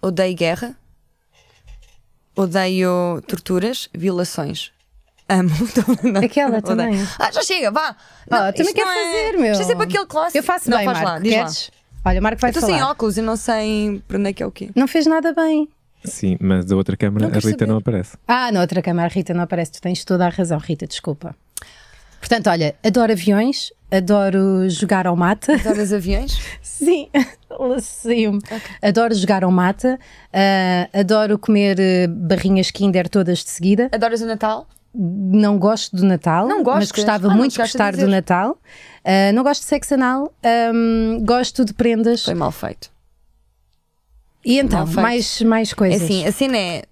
[SPEAKER 1] odeio guerra, odeio torturas, violações. Amo. <laughs> Não,
[SPEAKER 2] Aquela
[SPEAKER 1] odeio.
[SPEAKER 2] também.
[SPEAKER 1] Ah, já chega, vá.
[SPEAKER 2] Ah, também
[SPEAKER 1] isto
[SPEAKER 2] quero
[SPEAKER 1] não é-
[SPEAKER 2] fazer, meu.
[SPEAKER 1] Isto é sempre aquele clássico.
[SPEAKER 2] Eu faço
[SPEAKER 1] não,
[SPEAKER 2] bem,
[SPEAKER 1] faz
[SPEAKER 2] Marco.
[SPEAKER 1] lá, Então, diz lá.
[SPEAKER 2] queres? Olha, Marco vai
[SPEAKER 1] Eu estou
[SPEAKER 2] falar.
[SPEAKER 1] sem óculos, eu não sei para onde é que é o quê.
[SPEAKER 2] Não fez nada bem.
[SPEAKER 3] Sim, mas da outra câmara
[SPEAKER 1] Não
[SPEAKER 3] a
[SPEAKER 1] quero
[SPEAKER 3] Rita
[SPEAKER 1] saber.
[SPEAKER 3] não aparece.
[SPEAKER 2] Ah, na outra câmara, Rita, não aparece. Tu tens toda a razão, Rita, desculpa. Portanto, olha, adoro aviões, adoro jogar ao
[SPEAKER 1] <laughs>
[SPEAKER 2] mata.
[SPEAKER 1] Adoras aviões?
[SPEAKER 2] Sim, saiu-me. Adoro jogar ao mata, ah, adoro comer eh, barrinhas Kinder todas de seguida.
[SPEAKER 1] Adoras o Natal?
[SPEAKER 2] Não gosto do Natal,
[SPEAKER 1] Não
[SPEAKER 2] mas
[SPEAKER 1] gostas?
[SPEAKER 2] gostava
[SPEAKER 1] Ah, não
[SPEAKER 2] muito de
[SPEAKER 1] chegaste a
[SPEAKER 2] gostar do
[SPEAKER 1] dizer.
[SPEAKER 2] Natal. Ah, não gosto de sexo anal, ahm, gosto de prendas.
[SPEAKER 1] Foi mal feito.
[SPEAKER 2] E então,
[SPEAKER 1] mal feito.
[SPEAKER 2] mais, mais
[SPEAKER 1] É
[SPEAKER 2] coisas.
[SPEAKER 1] assim, a cena é.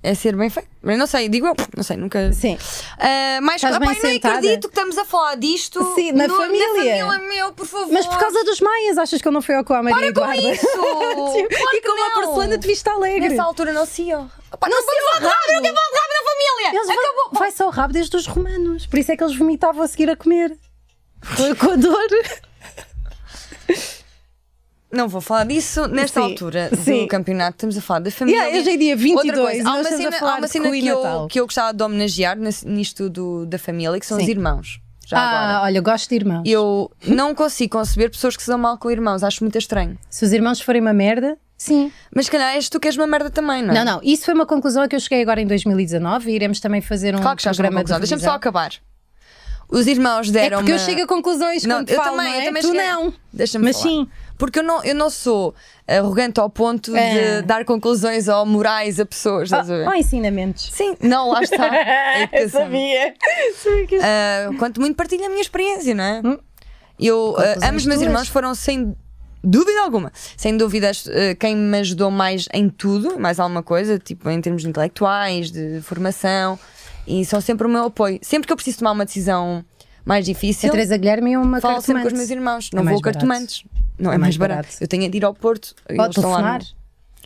[SPEAKER 1] É ser bem feito. Eu não sei, digo eu, não sei, nunca.
[SPEAKER 2] Sim.
[SPEAKER 1] Ah, mais
[SPEAKER 2] Estás
[SPEAKER 1] Epá,
[SPEAKER 2] bem
[SPEAKER 1] eu nem
[SPEAKER 2] sentada?
[SPEAKER 1] acredito que estamos a falar disto.
[SPEAKER 2] Sim, na
[SPEAKER 1] no-
[SPEAKER 2] família.
[SPEAKER 1] Na família, meu, por favor.
[SPEAKER 2] Mas por causa dos maias, achas que eu não fui ao com a Maria
[SPEAKER 1] Para com
[SPEAKER 2] Eduarda?
[SPEAKER 1] isso!
[SPEAKER 2] <laughs> Tipo,
[SPEAKER 1] Claro
[SPEAKER 2] e
[SPEAKER 1] que
[SPEAKER 2] com uma
[SPEAKER 1] não.
[SPEAKER 2] porcelana de vista alegre.
[SPEAKER 1] Nessa altura não se ia. Opa,
[SPEAKER 2] Não
[SPEAKER 1] não
[SPEAKER 2] se
[SPEAKER 1] vou
[SPEAKER 2] ia
[SPEAKER 1] falar de rabo, não
[SPEAKER 2] rabo.
[SPEAKER 1] quero falar de rabo na família!
[SPEAKER 2] Eles vai,
[SPEAKER 1] Acabou.
[SPEAKER 2] vai só o rabo desde os romanos. Por isso é que eles vomitavam a seguir a comer. Com- Com a dor.
[SPEAKER 1] Não vou falar disso nesta
[SPEAKER 2] Sim,
[SPEAKER 1] altura
[SPEAKER 2] sim.
[SPEAKER 1] do campeonato. Estamos a falar da família.
[SPEAKER 2] Yeah, hoje é dia 22
[SPEAKER 1] Outra
[SPEAKER 2] e
[SPEAKER 1] coisa, há
[SPEAKER 2] nós
[SPEAKER 1] uma
[SPEAKER 2] estamos a
[SPEAKER 1] cena,
[SPEAKER 2] falar
[SPEAKER 1] há uma
[SPEAKER 2] de
[SPEAKER 1] cena
[SPEAKER 2] Cu e
[SPEAKER 1] que, eu,
[SPEAKER 2] Natal.
[SPEAKER 1] que eu gostava de homenagear nesse- nisto do, da família, que são os
[SPEAKER 2] Sim.
[SPEAKER 1] irmãos. Já
[SPEAKER 2] Ah,
[SPEAKER 1] agora.
[SPEAKER 2] olha, gosto de irmãos.
[SPEAKER 1] Eu não consigo conceber pessoas que se dão mal com irmãos, acho muito estranho.
[SPEAKER 2] Se os irmãos forem uma merda, sim.
[SPEAKER 1] Mas se calhar és tu que és uma merda também, não é?
[SPEAKER 2] Não, não. Isso foi uma conclusão a que eu cheguei agora em 2019 e iremos também fazer um
[SPEAKER 1] Claro que já chegou a uma conclusão.
[SPEAKER 2] programa de
[SPEAKER 1] Deixa-me só
[SPEAKER 2] revisão.
[SPEAKER 1] acabar. Os irmãos
[SPEAKER 2] É
[SPEAKER 1] deram
[SPEAKER 2] porque eu chego a conclusões
[SPEAKER 1] Não,
[SPEAKER 2] quando
[SPEAKER 1] eu
[SPEAKER 2] falo,
[SPEAKER 1] também,
[SPEAKER 2] não é?
[SPEAKER 1] eu também
[SPEAKER 2] tu
[SPEAKER 1] cheguei-
[SPEAKER 2] não.
[SPEAKER 1] Deixa-me
[SPEAKER 2] Mas
[SPEAKER 1] falar.
[SPEAKER 2] sim.
[SPEAKER 1] Porque eu não, eu não sou arrogante ao ponto
[SPEAKER 2] É. Ah,
[SPEAKER 1] de dar conclusões ou morais a pessoas, estás a ver?
[SPEAKER 2] Ou ensinamentos.
[SPEAKER 1] Sim, não, lá
[SPEAKER 2] <laughs>
[SPEAKER 1] está. A educação.
[SPEAKER 2] Sabia que-
[SPEAKER 1] Ah, quanto muito partilho a minha experiência, não é? Eu ah,
[SPEAKER 2] Conclusões
[SPEAKER 1] ambos os meus
[SPEAKER 2] Hum. tuas.
[SPEAKER 1] irmãos foram sem dúvida alguma. Sem dúvida, as- eh, quem me ajudou mais em tudo, mais alguma coisa, tipo em termos intelectuais, de formação, e são sempre o meu apoio. Sempre que eu preciso tomar uma decisão mais
[SPEAKER 2] A
[SPEAKER 1] difícil,
[SPEAKER 2] Teresa Guilherme é uma
[SPEAKER 1] falo sempre com os
[SPEAKER 2] cartomante.
[SPEAKER 1] meus irmãos.
[SPEAKER 2] É
[SPEAKER 1] Não
[SPEAKER 2] mais
[SPEAKER 1] vou a
[SPEAKER 2] barato.
[SPEAKER 1] cartomantes. Não é,
[SPEAKER 2] É
[SPEAKER 1] mais
[SPEAKER 2] mais
[SPEAKER 1] barato.
[SPEAKER 2] barato.
[SPEAKER 1] Eu tenho de ir ao Porto. eles
[SPEAKER 2] Pode
[SPEAKER 1] estão lá no-
[SPEAKER 2] telefonar?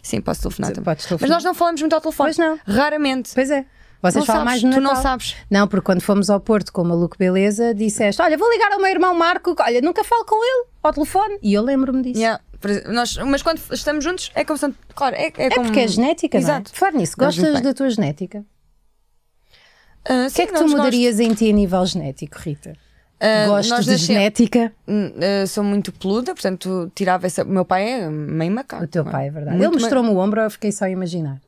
[SPEAKER 1] Sim, posso telefonar
[SPEAKER 2] Sim,
[SPEAKER 1] também.
[SPEAKER 2] podes
[SPEAKER 1] Mas
[SPEAKER 2] telefonar.
[SPEAKER 1] nós não falamos muito ao telefone.
[SPEAKER 2] Pois não.
[SPEAKER 1] Raramente.
[SPEAKER 2] Pois é. Vocês
[SPEAKER 1] não
[SPEAKER 2] falam
[SPEAKER 1] sabes,
[SPEAKER 2] mais no
[SPEAKER 1] tu
[SPEAKER 2] Natal.
[SPEAKER 1] não sabes.
[SPEAKER 2] Não, porque quando fomos ao Porto com o Maluco Beleza, disseste: Olha, vou ligar ao meu irmão Marco, olha, nunca falo com ele ao telefone. E eu lembro-me disso.
[SPEAKER 1] Yeah. Por exemplo, Nós, mas quando estamos juntos, é como são. Claro, é, é,
[SPEAKER 2] É
[SPEAKER 1] como...
[SPEAKER 2] porque é genética,
[SPEAKER 1] Exato.
[SPEAKER 2] não é? Falar nisso,
[SPEAKER 1] Mas muito
[SPEAKER 2] gostas
[SPEAKER 1] bem.
[SPEAKER 2] da tua genética?
[SPEAKER 1] Ah,
[SPEAKER 2] O que
[SPEAKER 1] sim,
[SPEAKER 2] é que
[SPEAKER 1] não
[SPEAKER 2] tu
[SPEAKER 1] desgosto.
[SPEAKER 2] mudarias em ti a nível genético, Rita?
[SPEAKER 1] Ah,
[SPEAKER 2] Gostas
[SPEAKER 1] nós
[SPEAKER 2] de
[SPEAKER 1] nascemos-
[SPEAKER 2] genética?
[SPEAKER 1] Hum, ah, sou muito peluda, portanto, tirava essa. O meu pai é meio macaco.
[SPEAKER 2] O teu
[SPEAKER 1] não
[SPEAKER 2] pai, é verdade.
[SPEAKER 1] Muito
[SPEAKER 2] ele mostrou-me o ombro, eu fiquei só a imaginar.
[SPEAKER 1] ma-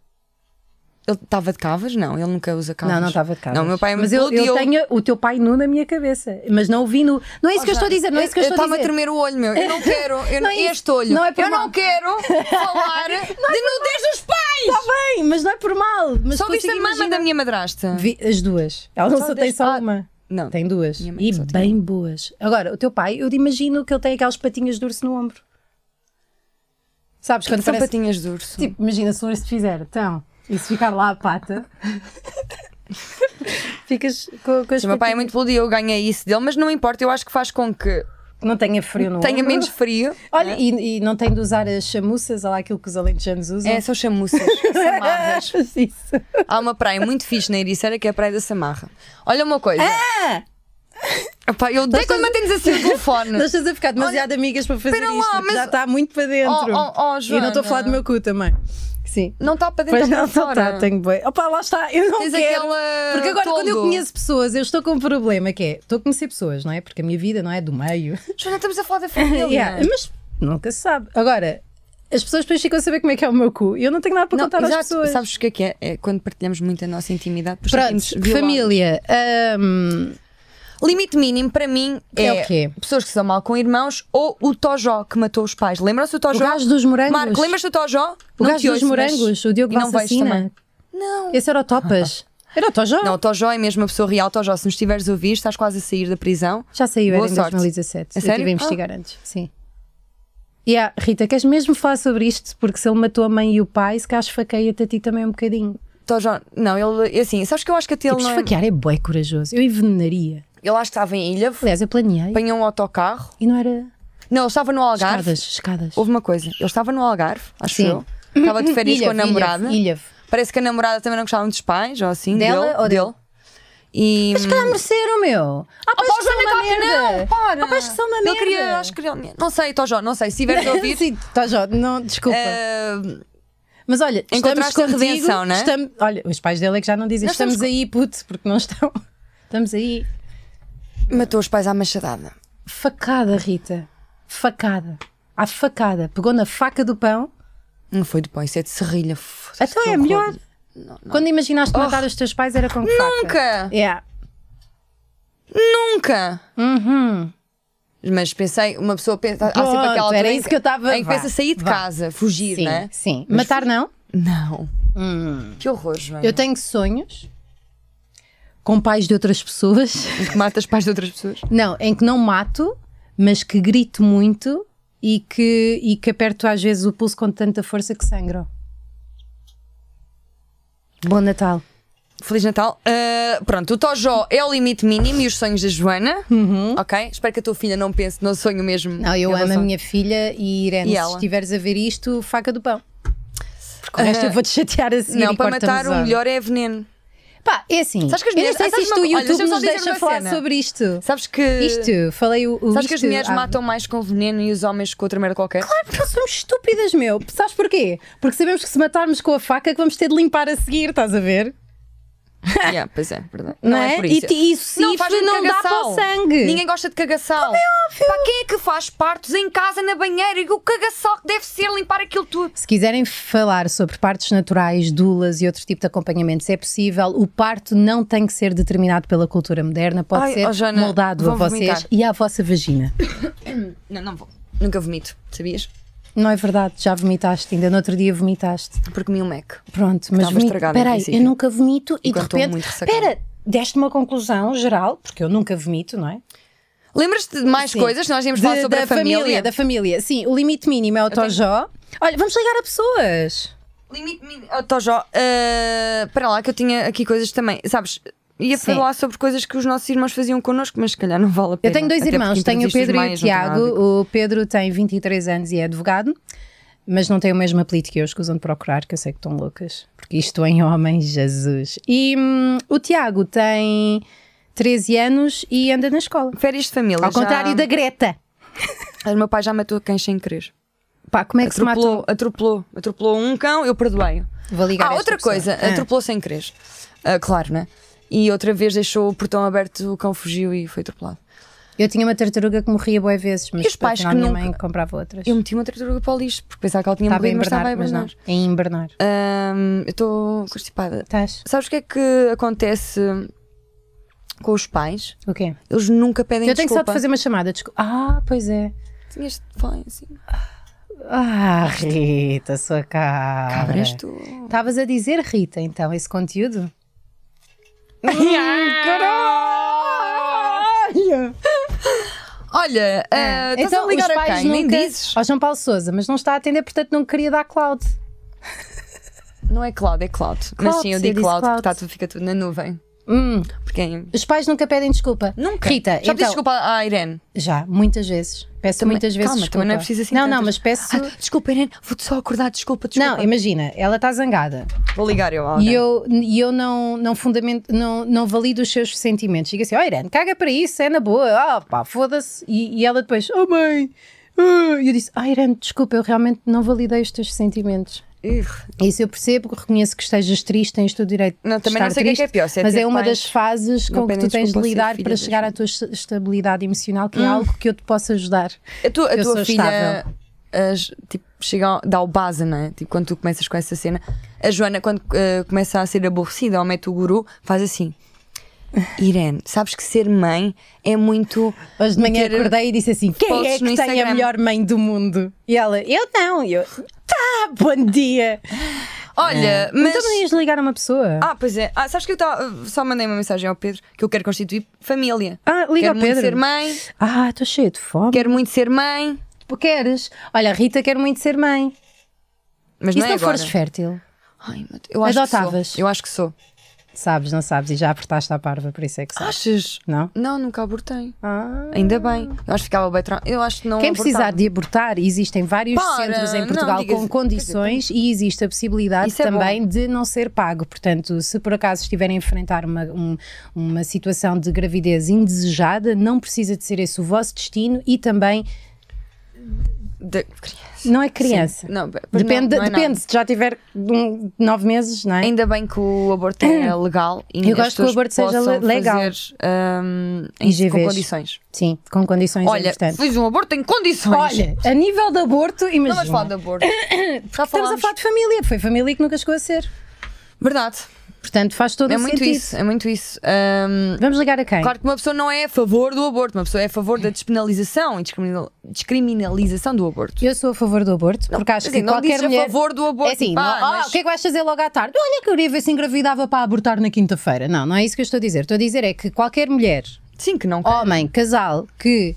[SPEAKER 1] Ele estava de cavas? Não, ele nunca usa cavas.
[SPEAKER 2] Não, não estava de cara.
[SPEAKER 1] Ah, Não, o meu pai é muito
[SPEAKER 2] Mas eu,
[SPEAKER 1] peludo
[SPEAKER 2] eu
[SPEAKER 1] e eu-
[SPEAKER 2] tenho o teu pai nu na minha cabeça, mas não o vi nu. Não é isso que eu estou a dizer, não é isso que eu estou a
[SPEAKER 1] Estava
[SPEAKER 2] dizer.
[SPEAKER 1] a tremer o olho, meu. Eu
[SPEAKER 2] <laughs>
[SPEAKER 1] não quero. Eu não,
[SPEAKER 2] Não é isso.
[SPEAKER 1] este olho.
[SPEAKER 2] Não é por
[SPEAKER 1] eu
[SPEAKER 2] mal. é
[SPEAKER 1] não
[SPEAKER 2] <laughs>
[SPEAKER 1] quero falar de nudez dos pais!
[SPEAKER 2] Está bem, mas não é por mal. Mas
[SPEAKER 1] Só viste a
[SPEAKER 2] consigo
[SPEAKER 1] mama
[SPEAKER 2] imaginar.
[SPEAKER 1] da minha madrasta?
[SPEAKER 2] Vi as duas. Ela não
[SPEAKER 1] Só
[SPEAKER 2] só, tem
[SPEAKER 1] deste-
[SPEAKER 2] só
[SPEAKER 1] ah,
[SPEAKER 2] uma.
[SPEAKER 1] Não.
[SPEAKER 2] Tem duas.
[SPEAKER 1] Minha mãe
[SPEAKER 2] E
[SPEAKER 1] só tinha
[SPEAKER 2] bem boas. Agora, o teu pai, eu imagino que ele tem aquelas patinhas de urso no ombro. Sabes, quando
[SPEAKER 1] São
[SPEAKER 2] parece...
[SPEAKER 1] patinhas de urso.
[SPEAKER 2] Tipo, imagina se o urso te fizer, então, e se ficar lá
[SPEAKER 1] <laughs>
[SPEAKER 2] a pata... Ficas com, com as
[SPEAKER 1] O meu pai é
[SPEAKER 2] patinhas.
[SPEAKER 1] muito peludo e eu ganhei isso dele, mas não importa, eu acho que faz com que
[SPEAKER 2] Não tenha frio no
[SPEAKER 1] tenha
[SPEAKER 2] ombro.
[SPEAKER 1] menos frio. né?
[SPEAKER 2] Olha, e, e não tem de usar as chamuças, olha lá aquilo que os alentejanos usam.
[SPEAKER 1] É, são <laughs> chamuças,
[SPEAKER 2] <laughs>
[SPEAKER 1] samarras.
[SPEAKER 2] isso.
[SPEAKER 1] Há uma praia muito fixe na Ericeira que é a Praia da Samarra. Olha uma coisa.
[SPEAKER 2] É!
[SPEAKER 1] Epá, eu odeio quando mantemos assim o telefone.
[SPEAKER 2] Não estás a ficar demasiado amigas para fazer
[SPEAKER 1] espera
[SPEAKER 2] isto,
[SPEAKER 1] lá,
[SPEAKER 2] porque
[SPEAKER 1] mas-
[SPEAKER 2] já está muito para dentro.
[SPEAKER 1] Oh, oh, oh,
[SPEAKER 2] e não estou a
[SPEAKER 1] Joana.
[SPEAKER 2] falar do meu cu também. Sim.
[SPEAKER 1] Não está para dentro,
[SPEAKER 2] Pois
[SPEAKER 1] está
[SPEAKER 2] não,
[SPEAKER 1] para
[SPEAKER 2] não
[SPEAKER 1] fora.
[SPEAKER 2] tá, tenho bem. Opa, lá está, eu não
[SPEAKER 1] Tens
[SPEAKER 2] quero.
[SPEAKER 1] aquela
[SPEAKER 2] Porque agora, quando eu
[SPEAKER 1] toldo.
[SPEAKER 2] conheço pessoas, eu estou com um problema que é, estou a conhecer pessoas, não é? Porque a minha vida não é do
[SPEAKER 1] <laughs>
[SPEAKER 2] meio.
[SPEAKER 1] Joana, estamos a falar da família.
[SPEAKER 2] Yeah, Mas nunca se sabe. Agora, as pessoas depois ficam a saber como é que é o meu cu. E eu não tenho nada para
[SPEAKER 1] Não,
[SPEAKER 2] contar
[SPEAKER 1] exato.
[SPEAKER 2] às pessoas.
[SPEAKER 1] Sabes o que é que é? É quando partilhamos muito a nossa intimidade. depois sentimos
[SPEAKER 2] Pronto,
[SPEAKER 1] violados.
[SPEAKER 2] família. hum,
[SPEAKER 1] Limite mínimo para mim é,
[SPEAKER 2] É o quê?
[SPEAKER 1] pessoas que se dão mal com irmãos ou o Tojó que matou os pais. Lembram-se do
[SPEAKER 2] o
[SPEAKER 1] Tojó?
[SPEAKER 2] gajo dos morangos.
[SPEAKER 1] Marco, lembras-te do Tojó?
[SPEAKER 2] O
[SPEAKER 1] Não
[SPEAKER 2] gajo
[SPEAKER 1] te
[SPEAKER 2] dos
[SPEAKER 1] ouço, mas-
[SPEAKER 2] morangos, o Diogo
[SPEAKER 1] E não vais
[SPEAKER 2] Valsacina.
[SPEAKER 1] também. Não.
[SPEAKER 2] Esse era
[SPEAKER 1] <laughs>
[SPEAKER 2] o Topas. Era o Tojó.
[SPEAKER 1] Não, o Tojó é mesmo a pessoa real. Tojó, se nos estiveres a ouvir, estás quase a sair da prisão.
[SPEAKER 2] Já saiu,
[SPEAKER 1] Boa
[SPEAKER 2] era em
[SPEAKER 1] sorte. A
[SPEAKER 2] 2017. eu
[SPEAKER 1] sério? Ah.
[SPEAKER 2] estive a investigar antes, sim. Yeah, Rita, queres mesmo falar sobre isto? Porque se ele matou a mãe e o pai, se calhar esfaqueia-te a ti também um bocadinho.
[SPEAKER 1] Tojó, não, ele, assim, sabes que eu acho que até ele
[SPEAKER 2] Tipo,
[SPEAKER 1] não. é-
[SPEAKER 2] esfaquear é bué corajoso. Eu envenenaria.
[SPEAKER 1] Ele acho que estava em ilha,
[SPEAKER 2] Aliás, eu planeei
[SPEAKER 1] apanhou um autocarro.
[SPEAKER 2] e não era
[SPEAKER 1] Não, ele estava no Algarve.
[SPEAKER 2] escadas, escadas.
[SPEAKER 1] Houve uma coisa, ele estava no Algarve, acho
[SPEAKER 2] Sim.
[SPEAKER 1] eu. Estava de
[SPEAKER 2] <laughs>
[SPEAKER 1] férias com a
[SPEAKER 2] Ilhavo,
[SPEAKER 1] namorada. Hum.
[SPEAKER 2] Ilhavo, Ilhavo.
[SPEAKER 1] Parece que a namorada também não gostava muito dos pais, ou assim.
[SPEAKER 2] Dela
[SPEAKER 1] dele,
[SPEAKER 2] ou dele?
[SPEAKER 1] E.
[SPEAKER 2] Mas se calhar mereceram, meu. Há pais
[SPEAKER 1] Pá,
[SPEAKER 2] que são
[SPEAKER 1] Joana
[SPEAKER 2] uma
[SPEAKER 1] Calma,
[SPEAKER 2] merda.
[SPEAKER 1] Não, para.
[SPEAKER 2] Há pais que são uma
[SPEAKER 1] não
[SPEAKER 2] merda.
[SPEAKER 1] queria, acho que queria- Não sei, Tojó, não sei. Se
[SPEAKER 2] <laughs>
[SPEAKER 1] tiveres a ouvir.
[SPEAKER 2] Sim, tá, Jó, não, desculpa.
[SPEAKER 1] eh,
[SPEAKER 2] Mas olha, estamos
[SPEAKER 1] Encontraste a
[SPEAKER 2] contigo,
[SPEAKER 1] redenção, né?
[SPEAKER 2] Estamos, olha, os pais dele é que já não dizem
[SPEAKER 1] Nós
[SPEAKER 2] estamos,
[SPEAKER 1] estamos
[SPEAKER 2] aí, puto, porque não estão. <laughs> Estamos aí.
[SPEAKER 1] matou os pais à machadada.
[SPEAKER 2] Facada, Rita. Facada. À facada. Pegou na faca do pão.
[SPEAKER 1] Não foi de pão, isso é de serrilha. Foda-se,
[SPEAKER 2] Então
[SPEAKER 1] que
[SPEAKER 2] é
[SPEAKER 1] horror. Oh.
[SPEAKER 2] melhor. Quando imaginaste matar os teus pais era com que faca.
[SPEAKER 1] Nunca!
[SPEAKER 2] Yeah.
[SPEAKER 1] Nunca!
[SPEAKER 2] Uhum.
[SPEAKER 1] Mas pensei, uma pessoa pensa. Há sempre
[SPEAKER 2] Pronto,
[SPEAKER 1] aquela altura
[SPEAKER 2] era
[SPEAKER 1] em
[SPEAKER 2] isso
[SPEAKER 1] que-
[SPEAKER 2] que eu tava-
[SPEAKER 1] Em que
[SPEAKER 2] vá,
[SPEAKER 1] pensa sair de
[SPEAKER 2] vá.
[SPEAKER 1] casa, fugir,
[SPEAKER 2] Sim, Hum.
[SPEAKER 1] né?
[SPEAKER 2] sim. matar não?
[SPEAKER 1] Não. Que horror, Joana.
[SPEAKER 2] Eu tenho sonhos com pais de outras pessoas.
[SPEAKER 1] Em que matas pais de outras pessoas.
[SPEAKER 2] Não, em que não mato, mas que grito muito e que, e que aperto às vezes o pulso com tanta força que sangro. Bom Natal.
[SPEAKER 1] Feliz Natal. Ah, pronto, o Tojó é o limite mínimo e os sonhos da Joana. Ok? Espero que a tua filha não pense no sonho mesmo.
[SPEAKER 2] Uhum. Não, eu
[SPEAKER 1] em
[SPEAKER 2] amo a
[SPEAKER 1] relação-
[SPEAKER 2] minha filha e Irene,
[SPEAKER 1] E
[SPEAKER 2] se
[SPEAKER 1] ela?
[SPEAKER 2] estiveres a ver isto, faca do pão. Porque o resto eu vou-te chatear a seguir
[SPEAKER 1] Ah, Não,
[SPEAKER 2] e
[SPEAKER 1] para
[SPEAKER 2] corta-me
[SPEAKER 1] matar
[SPEAKER 2] os
[SPEAKER 1] o
[SPEAKER 2] olhos.
[SPEAKER 1] melhor é veneno.
[SPEAKER 2] Pá, é assim,
[SPEAKER 1] Sabes que as
[SPEAKER 2] eu não
[SPEAKER 1] mulheres-
[SPEAKER 2] sei
[SPEAKER 1] ah,
[SPEAKER 2] se
[SPEAKER 1] sabes
[SPEAKER 2] isto o
[SPEAKER 1] uma- olha,
[SPEAKER 2] YouTube
[SPEAKER 1] deixa-me só
[SPEAKER 2] nos
[SPEAKER 1] dizer
[SPEAKER 2] deixa
[SPEAKER 1] uma
[SPEAKER 2] falar
[SPEAKER 1] cena.
[SPEAKER 2] sobre isto.
[SPEAKER 1] Sabes que.
[SPEAKER 2] Isto, falei o, o
[SPEAKER 1] Sabes que as
[SPEAKER 2] isto
[SPEAKER 1] mulheres
[SPEAKER 2] há-
[SPEAKER 1] matam mais com veneno e os homens com outra merda qualquer?
[SPEAKER 2] Claro que nós somos estúpidas, meu. Sabes porquê? Porque sabemos que se matarmos com a faca que vamos ter de limpar a seguir, estás a ver?
[SPEAKER 1] Yeah, pois é, verdade. Não, é? por
[SPEAKER 2] Né? E
[SPEAKER 1] isso.
[SPEAKER 2] ti- e isso
[SPEAKER 1] não
[SPEAKER 2] sifre
[SPEAKER 1] faz muito
[SPEAKER 2] não dá
[SPEAKER 1] cagaçal.
[SPEAKER 2] para o sangue.
[SPEAKER 1] Ninguém gosta de cagaçal. Para quem é que faz partos em casa, na banheira? E o cagaçal que deve ser limpar aquilo tudo.
[SPEAKER 2] Se quiserem falar sobre partos naturais, dulas e outro tipo de acompanhamentos, é possível. O parto não tem que ser determinado pela cultura moderna, pode
[SPEAKER 1] Ai,
[SPEAKER 2] ser
[SPEAKER 1] oh, Joana,
[SPEAKER 2] moldado a
[SPEAKER 1] vou
[SPEAKER 2] vocês
[SPEAKER 1] vomitar.
[SPEAKER 2] e à vossa vagina.
[SPEAKER 1] Não, não vou. Nunca vomito, sabias?
[SPEAKER 2] Não é verdade, já vomitaste, ainda no outro dia vomitaste.
[SPEAKER 1] Porque comi um Mac.
[SPEAKER 2] Pronto, mas
[SPEAKER 1] estava
[SPEAKER 2] vomito.
[SPEAKER 1] estragada em
[SPEAKER 2] Peraí, eu
[SPEAKER 1] princípio.
[SPEAKER 2] nunca vomito e, de
[SPEAKER 1] quando estou
[SPEAKER 2] repente.
[SPEAKER 1] muito ressacada.
[SPEAKER 2] Espera, deste uma conclusão geral, porque eu nunca vomito, não é?
[SPEAKER 1] Lembras-te de mais
[SPEAKER 2] Sim.
[SPEAKER 1] coisas? Nós íamos falar
[SPEAKER 2] De-
[SPEAKER 1] sobre
[SPEAKER 2] da
[SPEAKER 1] a família.
[SPEAKER 2] Da família, sim. O limite mínimo é o Tojó. Olha, vamos ligar a pessoas.
[SPEAKER 1] Limite mínimo. Oh, Tojó, ah, para lá que eu tinha aqui coisas também. Sabes? Ia
[SPEAKER 2] Sim.
[SPEAKER 1] falar sobre coisas que os nossos irmãos faziam connosco, mas se calhar não vale a pena.
[SPEAKER 2] Eu tenho dois
[SPEAKER 1] Até
[SPEAKER 2] irmãos,
[SPEAKER 1] porque
[SPEAKER 2] tenho o
[SPEAKER 1] entrevistas
[SPEAKER 2] Pedro e o
[SPEAKER 1] maias não têm nada a ver com-
[SPEAKER 2] Tiago. O Pedro tem 23 anos e é advogado, mas não tem o mesmo apelido que eu, escusam de procurar, que eu sei que estão loucas. Porque isto em homens, Jesus. E hum, o Tiago tem 13 anos e anda na escola.
[SPEAKER 1] Férias de família.
[SPEAKER 2] Ao
[SPEAKER 1] já-
[SPEAKER 2] contrário da Greta.
[SPEAKER 1] O meu pai já matou cães sem querer.
[SPEAKER 2] Pá, como é que se matou?
[SPEAKER 1] Atropelou, atropelou, atropelou um cão, eu perdoei-o.
[SPEAKER 2] Vou ligar
[SPEAKER 1] Ah,
[SPEAKER 2] a esta
[SPEAKER 1] outra
[SPEAKER 2] pessoa.
[SPEAKER 1] coisa,
[SPEAKER 2] Ah.
[SPEAKER 1] atropelou sem querer. Ah, claro, né? E outra vez deixou o portão aberto, o cão fugiu e foi atropelado.
[SPEAKER 2] Eu tinha uma tartaruga que morria boas vezes, mas
[SPEAKER 1] E os pais
[SPEAKER 2] afinal
[SPEAKER 1] que
[SPEAKER 2] minha
[SPEAKER 1] nunca-
[SPEAKER 2] mãe comprava outras.
[SPEAKER 1] Eu meti uma tartaruga para o lixo, porque pensava que ela tinha
[SPEAKER 2] Estava a
[SPEAKER 1] morrido, mas
[SPEAKER 2] hibernar,
[SPEAKER 1] estava a
[SPEAKER 2] mas não.
[SPEAKER 1] hibernar. Ah.
[SPEAKER 2] Em hibernar.
[SPEAKER 1] Ahm, eu estou constipada.
[SPEAKER 2] Estás?
[SPEAKER 1] Sabes o que é que acontece com os pais?
[SPEAKER 2] O quê?
[SPEAKER 1] Eles nunca pedem
[SPEAKER 2] Eu tenho só
[SPEAKER 1] desculpa.
[SPEAKER 2] de fazer uma chamada. Desculpa. Ah, pois é.
[SPEAKER 1] Tinhas de falar assim.
[SPEAKER 2] Ah, Rita, sua cara.
[SPEAKER 1] Cabras,
[SPEAKER 2] <laughs>
[SPEAKER 1] tu.
[SPEAKER 2] Estavas a dizer, Rita, então, esse conteúdo? Caralho!
[SPEAKER 1] Olha, ah, estás
[SPEAKER 2] então,
[SPEAKER 1] a ligar
[SPEAKER 2] os
[SPEAKER 1] a
[SPEAKER 2] pais
[SPEAKER 1] quem? Nem
[SPEAKER 2] nunca-
[SPEAKER 1] dizes.
[SPEAKER 2] Ao João Paulo Souza, mas não está a atender, portanto não queria dar cloud.
[SPEAKER 1] Não é cloud, é cloud. Mas
[SPEAKER 2] Cloud,
[SPEAKER 1] sim, eu
[SPEAKER 2] sim,
[SPEAKER 1] digo
[SPEAKER 2] eu disse
[SPEAKER 1] cloud,
[SPEAKER 2] cloud.
[SPEAKER 1] porque tá, tudo, fica tudo na nuvem.
[SPEAKER 2] Hum,
[SPEAKER 1] Porque é-
[SPEAKER 2] os pais nunca pedem desculpa.
[SPEAKER 1] Nunca.
[SPEAKER 2] Rita,
[SPEAKER 1] Já
[SPEAKER 2] então,
[SPEAKER 1] pedi desculpa à Irene.
[SPEAKER 2] Já, muitas vezes. Peço
[SPEAKER 1] Também-
[SPEAKER 2] muitas vezes
[SPEAKER 1] calma,
[SPEAKER 2] desculpa.
[SPEAKER 1] também não é preciso assim
[SPEAKER 2] Não,
[SPEAKER 1] tantas.
[SPEAKER 2] não, mas peço.
[SPEAKER 1] Ah, desculpa, Irene, vou-te só acordar, desculpa, desculpa.
[SPEAKER 2] não, imagina, ela está zangada.
[SPEAKER 1] Vou ligar eu a
[SPEAKER 2] E
[SPEAKER 1] alguém.
[SPEAKER 2] eu, e eu não, não fundamento, não, não valido os seus sentimentos. Digo assim, ó Irene, caga para isso, é na boa, ah pá, foda-se. E, e ela depois, oh mãe, ah." e eu disse, ah Irene, desculpa, eu realmente não validei os teus sentimentos.
[SPEAKER 1] Ugh.
[SPEAKER 2] Isso eu percebo, reconheço que estejas triste, tens todo o direito
[SPEAKER 1] Não,
[SPEAKER 2] de
[SPEAKER 1] também
[SPEAKER 2] estar
[SPEAKER 1] não sei o que é
[SPEAKER 2] triste,
[SPEAKER 1] que é pior, se é
[SPEAKER 2] mas
[SPEAKER 1] ter
[SPEAKER 2] é uma
[SPEAKER 1] pais
[SPEAKER 2] das fases
[SPEAKER 1] que
[SPEAKER 2] com que
[SPEAKER 1] pedem
[SPEAKER 2] tu tens de
[SPEAKER 1] desculpa ou ser
[SPEAKER 2] lidar
[SPEAKER 1] filha
[SPEAKER 2] para
[SPEAKER 1] das
[SPEAKER 2] chegar à tua est- estabilidade emocional, que é algo que eu te possa ajudar.
[SPEAKER 1] Hum. A tua, a
[SPEAKER 2] Eu
[SPEAKER 1] tua
[SPEAKER 2] sou
[SPEAKER 1] filha
[SPEAKER 2] estável.
[SPEAKER 1] as, tipo, chega ao- dá o base, não é? Tipo, quando tu começas com essa cena, a Joana, quando eh, começa a ser aborrecida ou mete o guru, faz assim. Irene, sabes que ser mãe é muito.
[SPEAKER 2] Hoje de manhã
[SPEAKER 1] Meter
[SPEAKER 2] acordei e disse assim: quem é
[SPEAKER 1] posts no
[SPEAKER 2] que tem a
[SPEAKER 1] Instagram."
[SPEAKER 2] melhor mãe do mundo? E ela, eu não, E eu. Tá, bom dia!
[SPEAKER 1] Olha, eh, mas.
[SPEAKER 2] Então não ias ligar a uma pessoa?
[SPEAKER 1] Ah, pois é. Ah, sabes que eu tava- só mandei uma mensagem ao Pedro que eu quero constituir família.
[SPEAKER 2] Ah, liga
[SPEAKER 1] quero
[SPEAKER 2] ao Pedro.
[SPEAKER 1] muito ser mãe,
[SPEAKER 2] Ah, estou cheia de fome.
[SPEAKER 1] quero muito ser mãe.
[SPEAKER 2] Queres? Olha, a Rita quer muito ser mãe.
[SPEAKER 1] Mas
[SPEAKER 2] e
[SPEAKER 1] não
[SPEAKER 2] se
[SPEAKER 1] é
[SPEAKER 2] não
[SPEAKER 1] agora.
[SPEAKER 2] fores fértil?
[SPEAKER 1] Ai, meu Deus, eu acho que
[SPEAKER 2] Adotavas?
[SPEAKER 1] sou. Eu acho que sou.
[SPEAKER 2] Sabes, não sabes, e já apertaste à parva, por isso é que sabes.
[SPEAKER 1] Achas?
[SPEAKER 2] Não?
[SPEAKER 1] Não, nunca abortei.
[SPEAKER 2] Ah.
[SPEAKER 1] Ainda bem. Eu acho que ficava bem. tra- Eu acho que não.
[SPEAKER 2] Quem
[SPEAKER 1] abortava.
[SPEAKER 2] precisar de abortar, existem vários
[SPEAKER 1] Para,
[SPEAKER 2] centros em
[SPEAKER 1] não
[SPEAKER 2] Portugal
[SPEAKER 1] digas-
[SPEAKER 2] com condições e existe a possibilidade
[SPEAKER 1] Isso é
[SPEAKER 2] também de não ser pago. Portanto, se por acaso estiverem a enfrentar uma, um- uma situação de gravidez indesejada, não precisa de ser esse o vosso destino e também
[SPEAKER 1] de criança.
[SPEAKER 2] não é criança.
[SPEAKER 1] Sim. Não, pois não,
[SPEAKER 2] Depende,
[SPEAKER 1] não é
[SPEAKER 2] depende
[SPEAKER 1] nada.
[SPEAKER 2] se já tiver um, nove meses, não é?
[SPEAKER 1] Ainda bem que o aborto
[SPEAKER 2] <coughs>
[SPEAKER 1] é legal e
[SPEAKER 2] Eu
[SPEAKER 1] as
[SPEAKER 2] gosto que o
[SPEAKER 1] pessoas
[SPEAKER 2] aborto seja
[SPEAKER 1] possam
[SPEAKER 2] le- legal.
[SPEAKER 1] Fazer, hum, em-
[SPEAKER 2] IGVs.
[SPEAKER 1] com condições.
[SPEAKER 2] Sim, com condições
[SPEAKER 1] Olha,
[SPEAKER 2] importantes.
[SPEAKER 1] fiz um aborto em condições.
[SPEAKER 2] é Olha, a nível de aborto,
[SPEAKER 1] não
[SPEAKER 2] imagina.
[SPEAKER 1] vamos falar de
[SPEAKER 2] <coughs>
[SPEAKER 1] aborto. Já
[SPEAKER 2] Estamos a
[SPEAKER 1] falámos.
[SPEAKER 2] falar de família, foi família que nunca chegou a ser.
[SPEAKER 1] Verdade.
[SPEAKER 2] Portanto, faz todo
[SPEAKER 1] É
[SPEAKER 2] o
[SPEAKER 1] muito
[SPEAKER 2] sentido.
[SPEAKER 1] isso. É muito isso. Hum,
[SPEAKER 2] Vamos ligar a quem?
[SPEAKER 1] Claro que uma pessoa não é a favor do aborto, uma pessoa é a favor da despenalização e descriminal- descriminalização do aborto.
[SPEAKER 2] Eu sou a favor do aborto, porque acho
[SPEAKER 1] quer dizer,
[SPEAKER 2] que
[SPEAKER 1] não
[SPEAKER 2] qualquer
[SPEAKER 1] dizes a
[SPEAKER 2] mulher...
[SPEAKER 1] favor do aborto,
[SPEAKER 2] É assim,
[SPEAKER 1] pá,
[SPEAKER 2] não, "Ah,
[SPEAKER 1] mas-
[SPEAKER 2] o que é que vais fazer logo à tarde? Olha, que eu queria ver se engravidava para abortar na quinta-feira. Não, não é isso que eu estou a dizer. Estou a dizer é que qualquer mulher,
[SPEAKER 1] Sim, que não quer.
[SPEAKER 2] homem, casal, que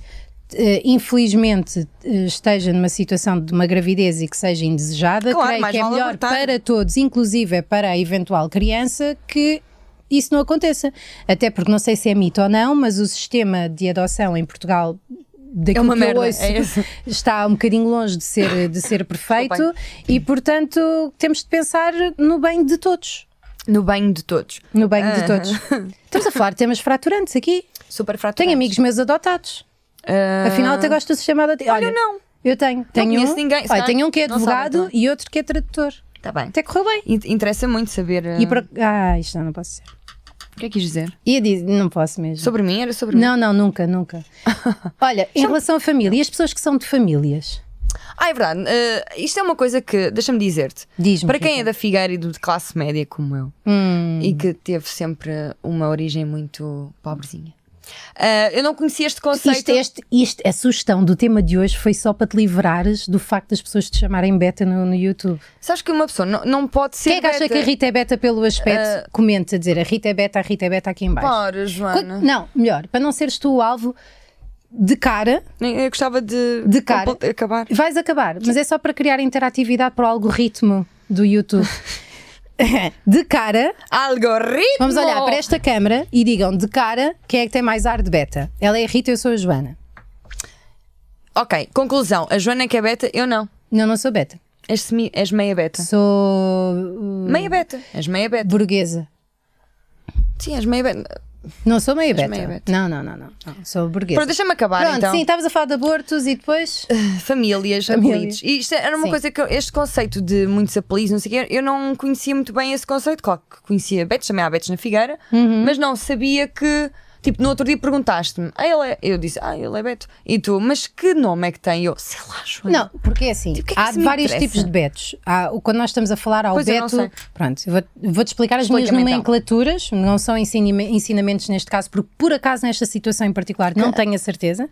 [SPEAKER 2] eh, infelizmente eh, esteja numa situação de uma gravidez e que seja indesejada,
[SPEAKER 1] Claro,
[SPEAKER 2] creio
[SPEAKER 1] mais
[SPEAKER 2] que é
[SPEAKER 1] vale
[SPEAKER 2] melhor
[SPEAKER 1] abortar.
[SPEAKER 2] para todos, inclusive é para a eventual criança, que isso não aconteça. Até porque não sei se é mito ou não, mas o sistema de adoção em Portugal daquilo
[SPEAKER 1] É uma
[SPEAKER 2] que
[SPEAKER 1] merda,
[SPEAKER 2] eu ouço,
[SPEAKER 1] é esse.
[SPEAKER 2] <laughs> está um bocadinho longe de ser, de ser perfeito e, portanto, temos de pensar no bem de todos.
[SPEAKER 1] No banho de todos.
[SPEAKER 2] No bem de
[SPEAKER 1] Ah. <laughs>
[SPEAKER 2] todos. Estamos a falar de temas fraturantes aqui.
[SPEAKER 1] Super fraturante.
[SPEAKER 2] Tenho amigos meus adotados.
[SPEAKER 1] Ah,
[SPEAKER 2] Afinal, até gosto do chamado. Olha,
[SPEAKER 1] Olha, não.
[SPEAKER 2] Eu tenho. Tenho
[SPEAKER 1] conheço
[SPEAKER 2] um,
[SPEAKER 1] ninguém, se
[SPEAKER 2] olha,
[SPEAKER 1] calhar
[SPEAKER 2] tenho um que é
[SPEAKER 1] não então. sabem
[SPEAKER 2] advogado
[SPEAKER 1] também.
[SPEAKER 2] e outro que é tradutor.
[SPEAKER 1] Está bem.
[SPEAKER 2] Até correu bem.
[SPEAKER 1] In- Interessa muito saber. ah,
[SPEAKER 2] E por- Ah, isto não posso dizer.
[SPEAKER 1] O que é que quis dizer?
[SPEAKER 2] E eu disse, não posso mesmo.
[SPEAKER 1] Sobre mim? Era sobre mim.
[SPEAKER 2] Não, não,
[SPEAKER 1] <laughs>
[SPEAKER 2] nunca, nunca. Olha, em relação à família, e as pessoas que são de famílias?
[SPEAKER 1] Ah, é verdade. Ah, isto é uma coisa que, deixa-me dizer-te.
[SPEAKER 2] Diz-me.
[SPEAKER 1] Para quem é da Figueira e do- de classe média como eu,
[SPEAKER 2] Hum,
[SPEAKER 1] e que teve sempre uma origem muito pobrezinha, ah, eu não conhecia este conceito.
[SPEAKER 2] isto, este, isto, a sugestão do tema de hoje foi só para te livrares do facto das pessoas te chamarem beta no, no YouTube.
[SPEAKER 1] Sabes que uma pessoa não, não pode ser.
[SPEAKER 2] Quem é que acha
[SPEAKER 1] beta. Ah.
[SPEAKER 2] que a Rita é beta pelo aspecto? Comenta a dizer a Rita é beta, a Rita é beta aqui em baixo.
[SPEAKER 1] Para, Joana.
[SPEAKER 2] Quando- não, melhor, para não seres tu o alvo, de cara,
[SPEAKER 1] Nem- Eu gostava de,
[SPEAKER 2] De cara.
[SPEAKER 1] de acabar.
[SPEAKER 2] vais acabar. Mas é só para criar interatividade para o algoritmo
[SPEAKER 1] <laughs>
[SPEAKER 2] do YouTube. De cara,
[SPEAKER 1] Algoritmo!
[SPEAKER 2] vamos olhar para esta câmara e digam de cara quem é que tem mais ar de beta. Ela é a Rita, eu sou a Joana.
[SPEAKER 1] Ok, conclusão. A Joana é que é beta, eu não.
[SPEAKER 2] Não, não sou beta.
[SPEAKER 1] És, semi- és meia beta.
[SPEAKER 2] Sou uh,
[SPEAKER 1] Meia beta. És meia beta.
[SPEAKER 2] burguesa.
[SPEAKER 1] Sim, és meia beta.
[SPEAKER 2] Não sou meio beta.
[SPEAKER 1] meio beta.
[SPEAKER 2] Não, não, não, não, não. Sou burguesa.
[SPEAKER 1] Pronto, deixa-me acabar
[SPEAKER 2] Pronto,
[SPEAKER 1] então.
[SPEAKER 2] sim, estavas a falar de abortos e depois.
[SPEAKER 1] Famílias,
[SPEAKER 2] Família.
[SPEAKER 1] apelidos. E isto era uma
[SPEAKER 2] Sim.
[SPEAKER 1] coisa que eu- este conceito de muitos apelidos, não sei o quê, eu não conhecia muito bem esse conceito. Claro que conhecia Betes, também há Betes na Figueira,
[SPEAKER 2] Uhum.
[SPEAKER 1] mas não sabia que. Tipo, no outro dia perguntaste-me, ah, ele é. Eu disse, ah, ele é Beto. E tu, mas que nome é que tem? E Eu, sei lá, Joana.
[SPEAKER 2] Não, porque é assim,
[SPEAKER 1] Tipo, o que é que
[SPEAKER 2] há
[SPEAKER 1] isso me
[SPEAKER 2] vários
[SPEAKER 1] interessa?
[SPEAKER 2] tipos de betos. Há, o- quando nós estamos a falar ao
[SPEAKER 1] Pois eu não
[SPEAKER 2] beto,
[SPEAKER 1] sei.
[SPEAKER 2] pronto, eu vou- vou-te explicar as minhas
[SPEAKER 1] Explica-me então.
[SPEAKER 2] nomenclaturas, não são ensinime- ensinamentos neste caso, porque por acaso nesta situação em particular não tenho a certeza,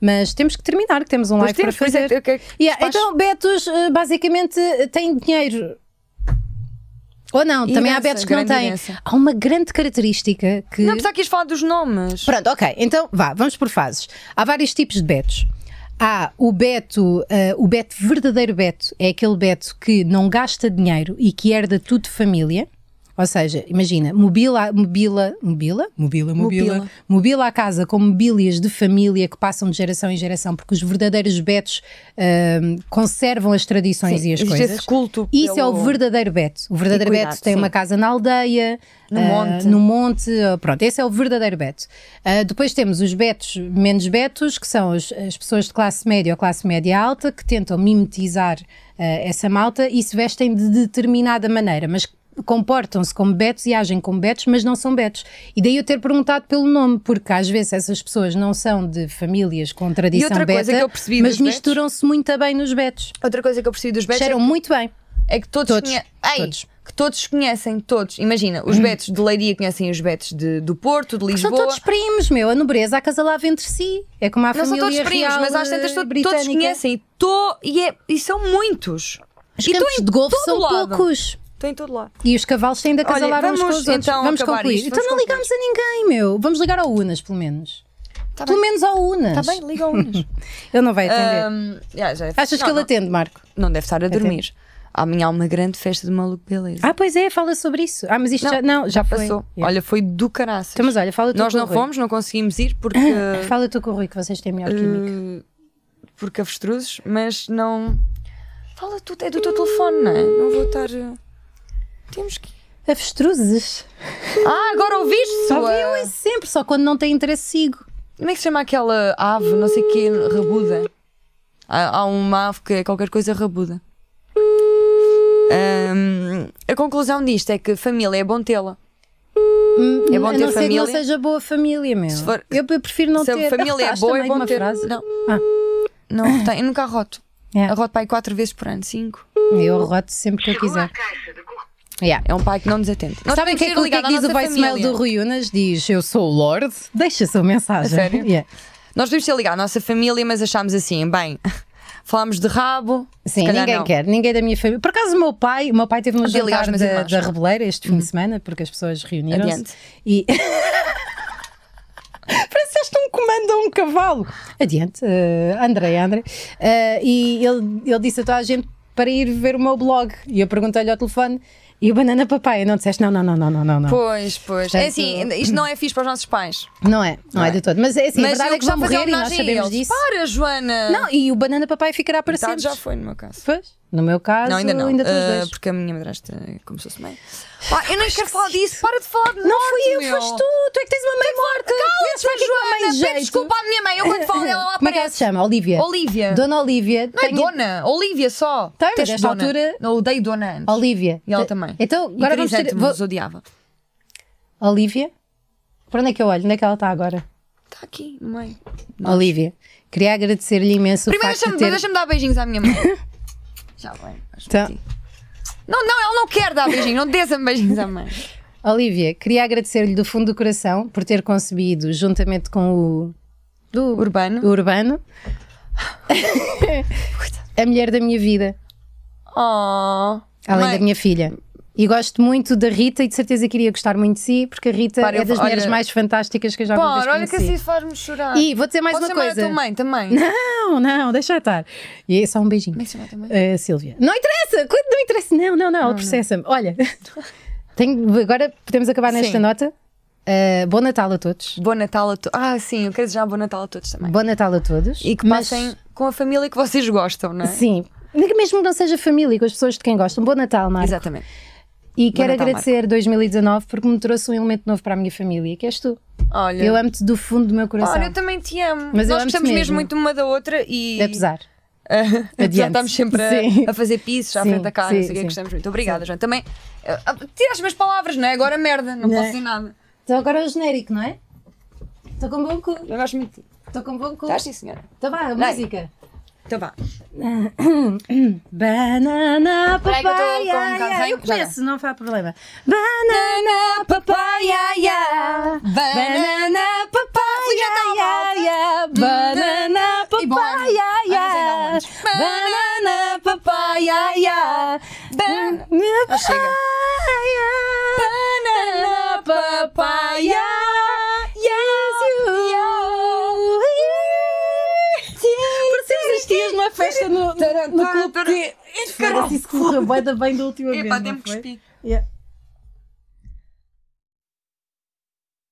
[SPEAKER 2] mas temos que terminar, que temos um
[SPEAKER 1] Ah. Pois
[SPEAKER 2] live
[SPEAKER 1] temos,
[SPEAKER 2] para
[SPEAKER 1] pois é,
[SPEAKER 2] fazer.
[SPEAKER 1] eu quero que
[SPEAKER 2] Yeah,
[SPEAKER 1] despaches.
[SPEAKER 2] então, betos eh, basicamente eh, têm dinheiro. Ou não, também há
[SPEAKER 1] Imensa,
[SPEAKER 2] betos que não
[SPEAKER 1] grande
[SPEAKER 2] têm.
[SPEAKER 1] imensa.
[SPEAKER 2] Há uma grande característica que.
[SPEAKER 1] Não, apesar que ias falar dos nomes.
[SPEAKER 2] Pronto, ok. Então, vá, vamos por fases. Há vários tipos de betos. Há o beto, eh, o beto verdadeiro beto, é aquele beto que não gasta dinheiro e que herda tudo de família. Ou seja, imagina, mobila, mobila, mobila, mobila, mobila,
[SPEAKER 1] Mobila.
[SPEAKER 2] mobila a casa com mobílias de família que passam de geração em geração, porque os verdadeiros betos eh, conservam as tradições
[SPEAKER 1] Sim,
[SPEAKER 2] e as
[SPEAKER 1] existe
[SPEAKER 2] coisas.
[SPEAKER 1] esse culto
[SPEAKER 2] Isso é o
[SPEAKER 1] pelo-
[SPEAKER 2] verdadeiro beto. O verdadeiro
[SPEAKER 1] cuidado,
[SPEAKER 2] beto tem
[SPEAKER 1] sim.
[SPEAKER 2] uma casa na aldeia,
[SPEAKER 1] No
[SPEAKER 2] eh,
[SPEAKER 1] monte.
[SPEAKER 2] no monte, ah, pronto, esse é o verdadeiro beto. Ah, depois temos os betos menos betos, que são os- as pessoas de classe média ou classe média alta, que tentam mimetizar ah, essa malta e se vestem de determinada maneira, mas comportam-se como betos e agem como betos, mas não são betos. E daí eu ter perguntado pelo nome, porque às vezes essas pessoas não são de famílias com tradição
[SPEAKER 1] outra
[SPEAKER 2] beta,
[SPEAKER 1] coisa que eu percebi
[SPEAKER 2] mas
[SPEAKER 1] dos betos-
[SPEAKER 2] misturam-se muito bem nos betos.
[SPEAKER 1] Outra coisa que eu percebi dos Betos é
[SPEAKER 2] Cheiram muito bem.
[SPEAKER 1] É que todos,
[SPEAKER 2] um Todos.
[SPEAKER 1] conhe- Ei,
[SPEAKER 2] Todos. Uhum.
[SPEAKER 1] que todos conhecem, todos. Imagina, os betos de Leiria conhecem os betos de- do Porto, de
[SPEAKER 2] São
[SPEAKER 1] Lisboa.
[SPEAKER 2] todos primos, meu. A nobreza acasalava entre si. É como a
[SPEAKER 1] não são
[SPEAKER 2] família
[SPEAKER 1] todos primos,
[SPEAKER 2] real,
[SPEAKER 1] mas às tantas
[SPEAKER 2] eh,
[SPEAKER 1] to-
[SPEAKER 2] britânica.
[SPEAKER 1] todos conhecem. E, tô- e, é- e são muitos.
[SPEAKER 2] Os
[SPEAKER 1] e tô
[SPEAKER 2] campos
[SPEAKER 1] em
[SPEAKER 2] de golfe
[SPEAKER 1] todo
[SPEAKER 2] são
[SPEAKER 1] lado.
[SPEAKER 2] poucos.
[SPEAKER 1] Estou em todo lado.
[SPEAKER 2] E os cavalos têm de acasalar
[SPEAKER 1] Olha,
[SPEAKER 2] uns com
[SPEAKER 1] vamos
[SPEAKER 2] os outros.
[SPEAKER 1] então
[SPEAKER 2] vamos
[SPEAKER 1] acabar
[SPEAKER 2] concluir.
[SPEAKER 1] isto,
[SPEAKER 2] então
[SPEAKER 1] vamos
[SPEAKER 2] não ligamos a ninguém, meu. Vamos ligar ao Unas, pelo menos.
[SPEAKER 1] Está
[SPEAKER 2] pelo
[SPEAKER 1] bem,
[SPEAKER 2] menos ao Unas.
[SPEAKER 1] tá bem, liga ao <laughs> Unas.
[SPEAKER 2] Ele não vai atender.
[SPEAKER 1] Ahm, já- é já-
[SPEAKER 2] Achas
[SPEAKER 1] não,
[SPEAKER 2] que ele
[SPEAKER 1] não,
[SPEAKER 2] atende, Marco?
[SPEAKER 1] não deve estar a dormir. Amanhã há uma grande festa de maluco beleza.
[SPEAKER 2] Ah, pois é, fala sobre isso. Ah, mas isto já. Não, já foi.
[SPEAKER 1] Passou.
[SPEAKER 2] Yeah.
[SPEAKER 1] Olha, foi do caraças.
[SPEAKER 2] Então, mas olha, fala tu
[SPEAKER 1] Nós
[SPEAKER 2] com o
[SPEAKER 1] não
[SPEAKER 2] Rui.
[SPEAKER 1] fomos, não conseguimos ir porque.
[SPEAKER 2] <coughs> Fala tu com o Rui, que vocês têm melhor química.
[SPEAKER 1] Uh, porque avestruzes, mas não. Fala tu, é do
[SPEAKER 2] Hum.
[SPEAKER 1] teu telefone, não é? Não vou estar. uh, Temos que.
[SPEAKER 2] Avestruzes.
[SPEAKER 1] Ah, agora ouviste!
[SPEAKER 2] Só
[SPEAKER 1] sua-
[SPEAKER 2] viu isso sempre, só quando não tem interesse, sigo.
[SPEAKER 1] Como é que se chama aquela ave, não sei o quê, rabuda? Há, há uma ave que é qualquer coisa rabuda. Ahm, a conclusão disto é que família é bom tê-la. É bom
[SPEAKER 2] a
[SPEAKER 1] ter
[SPEAKER 2] Hum, não ser que não
[SPEAKER 1] família?
[SPEAKER 2] seja boa família, meu.
[SPEAKER 1] for-
[SPEAKER 2] eu, eu prefiro não
[SPEAKER 1] Se
[SPEAKER 2] ter.
[SPEAKER 1] a família é
[SPEAKER 2] Arrastaste
[SPEAKER 1] boa, é
[SPEAKER 2] também
[SPEAKER 1] bom
[SPEAKER 2] uma
[SPEAKER 1] ter.
[SPEAKER 2] frase.
[SPEAKER 1] Não,
[SPEAKER 2] Ah, É.
[SPEAKER 1] não, tem, eu nunca arroto.
[SPEAKER 2] yeah.
[SPEAKER 1] Arroto pai quatro vezes por ano, cinco.
[SPEAKER 2] Eu roto sempre que eu quiser. Yeah.
[SPEAKER 1] É um pai que não nos atende. Nós
[SPEAKER 2] Sabem
[SPEAKER 1] podemos
[SPEAKER 2] o que, é
[SPEAKER 1] ter
[SPEAKER 2] que- o que é
[SPEAKER 1] ligado
[SPEAKER 2] que
[SPEAKER 1] à
[SPEAKER 2] diz o
[SPEAKER 1] nossa
[SPEAKER 2] voicemail
[SPEAKER 1] família.
[SPEAKER 2] do Rui Unas? Diz: Eu sou o Lord, deixa a sua mensagem.
[SPEAKER 1] A sério?
[SPEAKER 2] Yeah.
[SPEAKER 1] Nós devíamos ter ligado à nossa família, mas achámos assim, bem, <laughs> falámos de rabo. se
[SPEAKER 2] Sim,
[SPEAKER 1] calhar
[SPEAKER 2] ninguém
[SPEAKER 1] não.
[SPEAKER 2] quer, ninguém da minha família. Por acaso, o meu pai, o meu pai teve um
[SPEAKER 1] Podia ligar
[SPEAKER 2] jantar
[SPEAKER 1] aos meus
[SPEAKER 2] da,
[SPEAKER 1] irmãos.
[SPEAKER 2] da Reboleira este fim de semana, porque as pessoas reuniram-se.
[SPEAKER 1] Uhum. Adiante.
[SPEAKER 2] E. <laughs> Pareceste um comando a um cavalo. Adiante, eh, André, André. Eh, e ele, ele disse a toda a gente para ir ver o meu blog. E eu perguntei-lhe ao telefone: e o Banana Papai? E não disseste: não, não, não, não, não, não. não.
[SPEAKER 1] Pois, pois.
[SPEAKER 2] Portanto-
[SPEAKER 1] É assim, isto não é fixe para os nossos pais.
[SPEAKER 2] Não é, não, é, de todo. Mas é assim, a
[SPEAKER 1] mas
[SPEAKER 2] verdade
[SPEAKER 1] eu
[SPEAKER 2] é que vão
[SPEAKER 1] gostava de fazer
[SPEAKER 2] morrer e nós
[SPEAKER 1] homenagem a
[SPEAKER 2] sabemos
[SPEAKER 1] eles.
[SPEAKER 2] disso.
[SPEAKER 1] Para, Joana!
[SPEAKER 2] Não, e o Banana Papai ficará para
[SPEAKER 1] Tarde
[SPEAKER 2] sempre.
[SPEAKER 1] já foi, no meu caso.
[SPEAKER 2] Pois, no meu caso,
[SPEAKER 1] Não, ainda não.
[SPEAKER 2] estão os
[SPEAKER 1] Ah,
[SPEAKER 2] dois.
[SPEAKER 1] porque a minha madrasta começou-se bem. Pá, eu não quero falar disso. Para de falar de
[SPEAKER 2] Não
[SPEAKER 1] morte,
[SPEAKER 2] fui eu,
[SPEAKER 1] meu.
[SPEAKER 2] foste tu. Tu é que tens uma mãe morta. Cala-te,
[SPEAKER 1] Mas, Joana, pede desculpa à minha mãe. Eu
[SPEAKER 2] <laughs>
[SPEAKER 1] quando falo dela, ela
[SPEAKER 2] Como é que ela
[SPEAKER 1] aparece.
[SPEAKER 2] se chama? Olivia.
[SPEAKER 1] Olivia.
[SPEAKER 2] Dona Olivia.
[SPEAKER 1] Não é
[SPEAKER 2] tenho-
[SPEAKER 1] dona. Olivia só.
[SPEAKER 2] Tá, mas
[SPEAKER 1] Teste
[SPEAKER 2] nesta
[SPEAKER 1] dona.
[SPEAKER 2] altura-
[SPEAKER 1] Não, odeio dona antes.
[SPEAKER 2] Olivia.
[SPEAKER 1] E ela
[SPEAKER 2] Te-
[SPEAKER 1] é também.
[SPEAKER 2] Então, agora
[SPEAKER 1] e
[SPEAKER 2] vamos ter...
[SPEAKER 1] Crisântemo
[SPEAKER 2] vou-
[SPEAKER 1] nos odiava.
[SPEAKER 2] Olivia? Para onde é que eu olho? Onde é que ela está agora?
[SPEAKER 1] Está Tá aqui, no meio.
[SPEAKER 2] Olivia. Queria agradecer-lhe imenso
[SPEAKER 1] Primeiro
[SPEAKER 2] o facto
[SPEAKER 1] deixa-me
[SPEAKER 2] de ter...
[SPEAKER 1] deixa-me dar beijinhos à minha
[SPEAKER 2] <laughs>
[SPEAKER 1] mãe. Já bem. acho
[SPEAKER 2] Tá.
[SPEAKER 1] que sim. Não, não, ela não quer dar beijinhos. Não dê-me beijinhos à mãe.
[SPEAKER 2] Olivia, queria agradecer-lhe do fundo do coração por ter concebido, juntamente com o... Do...
[SPEAKER 1] Urbano. <laughs>
[SPEAKER 2] Urbano. a mulher da minha vida.
[SPEAKER 1] Oh.
[SPEAKER 2] Além
[SPEAKER 1] mãe,
[SPEAKER 2] da minha filha. E gosto muito da Rita e de certeza queria gostar muito de si, porque a Rita
[SPEAKER 1] Para,
[SPEAKER 2] é
[SPEAKER 1] eu-
[SPEAKER 2] das mulheres
[SPEAKER 1] olha-
[SPEAKER 2] mais fantásticas que eu já alguma vez
[SPEAKER 1] Bora, olha
[SPEAKER 2] conheci.
[SPEAKER 1] que assim faz-me chorar.
[SPEAKER 2] E vou dizer mais
[SPEAKER 1] Podes
[SPEAKER 2] uma
[SPEAKER 1] chamar a
[SPEAKER 2] coisa.
[SPEAKER 1] tua mãe também. Como
[SPEAKER 2] Não, não, deixa estar. E é só um beijinho.
[SPEAKER 1] é que se chama a tua mãe?
[SPEAKER 2] Eh, Silvia. Não interessa! quando Não interessa! Não, não, não, ela processa-me. Olha, <laughs> tenho- agora podemos acabar nesta
[SPEAKER 1] Sim.
[SPEAKER 2] nota. Eh, bom Natal a todos.
[SPEAKER 1] Bom Natal a todos. Ah, sim, eu quero desejar bom Natal a todos também.
[SPEAKER 2] Bom Natal a todos.
[SPEAKER 1] E que
[SPEAKER 2] Mas-
[SPEAKER 1] passem com a família que vocês gostam, não é?
[SPEAKER 2] Sim. Mesmo que não seja família, com as pessoas de quem gostam. Bom Natal, Marco.
[SPEAKER 1] Exatamente.
[SPEAKER 2] E quero
[SPEAKER 1] Natal,
[SPEAKER 2] agradecer 2019 porque me trouxe um elemento novo para a minha família, que és tu.
[SPEAKER 1] Olha,
[SPEAKER 2] Eu amo-te do fundo do meu coração.
[SPEAKER 1] Ora, eu também te amo.
[SPEAKER 2] Mas eu
[SPEAKER 1] Nós
[SPEAKER 2] amo-te
[SPEAKER 1] gostamos mesmo.
[SPEAKER 2] mesmo.
[SPEAKER 1] muito uma da outra e.
[SPEAKER 2] Apesar.
[SPEAKER 1] <laughs> Já
[SPEAKER 2] Adiante.
[SPEAKER 1] estamos sempre
[SPEAKER 2] Sim.
[SPEAKER 1] a, a fazer pisos à
[SPEAKER 2] Sim,
[SPEAKER 1] frente da cara, não
[SPEAKER 2] sim,
[SPEAKER 1] sei o que
[SPEAKER 2] sim.
[SPEAKER 1] gostamos muito. Obrigada, João. Também eh, ah, tira as minhas palavras, não é? Agora merda, não,
[SPEAKER 2] Não é?
[SPEAKER 1] posso dizer nada.
[SPEAKER 2] Então agora é o genérico, não é? Estou com bom cu.
[SPEAKER 1] Eu gosto muito de ti.
[SPEAKER 2] Estou com bom cu.
[SPEAKER 1] Estás sim, senhora?
[SPEAKER 2] Então vá, a
[SPEAKER 1] Vai.
[SPEAKER 2] música.
[SPEAKER 1] Então vá.
[SPEAKER 2] Banana,
[SPEAKER 1] Peraí que eu tô com um
[SPEAKER 2] papaya.
[SPEAKER 1] casaco,
[SPEAKER 2] eu
[SPEAKER 1] já dá.
[SPEAKER 2] começo, não há problema. Banana, papaya. ya. Banana, papaya. ya, ya. Banana,
[SPEAKER 1] E bom ano.
[SPEAKER 2] papaya. ya.
[SPEAKER 1] Ah, não sei de onde.
[SPEAKER 2] Banana, papaya. ya.
[SPEAKER 1] Ban-
[SPEAKER 2] Banana,
[SPEAKER 1] Ah, chega.
[SPEAKER 2] papaya. Banana, papaya. Yes, you. Precisas é que ias numa festa no, no, no clube que... Cara, isso correu assim, bué da bem da última vez,
[SPEAKER 1] Epá,
[SPEAKER 2] não
[SPEAKER 1] temos que
[SPEAKER 2] foi?
[SPEAKER 1] cuspir.
[SPEAKER 2] Yeah.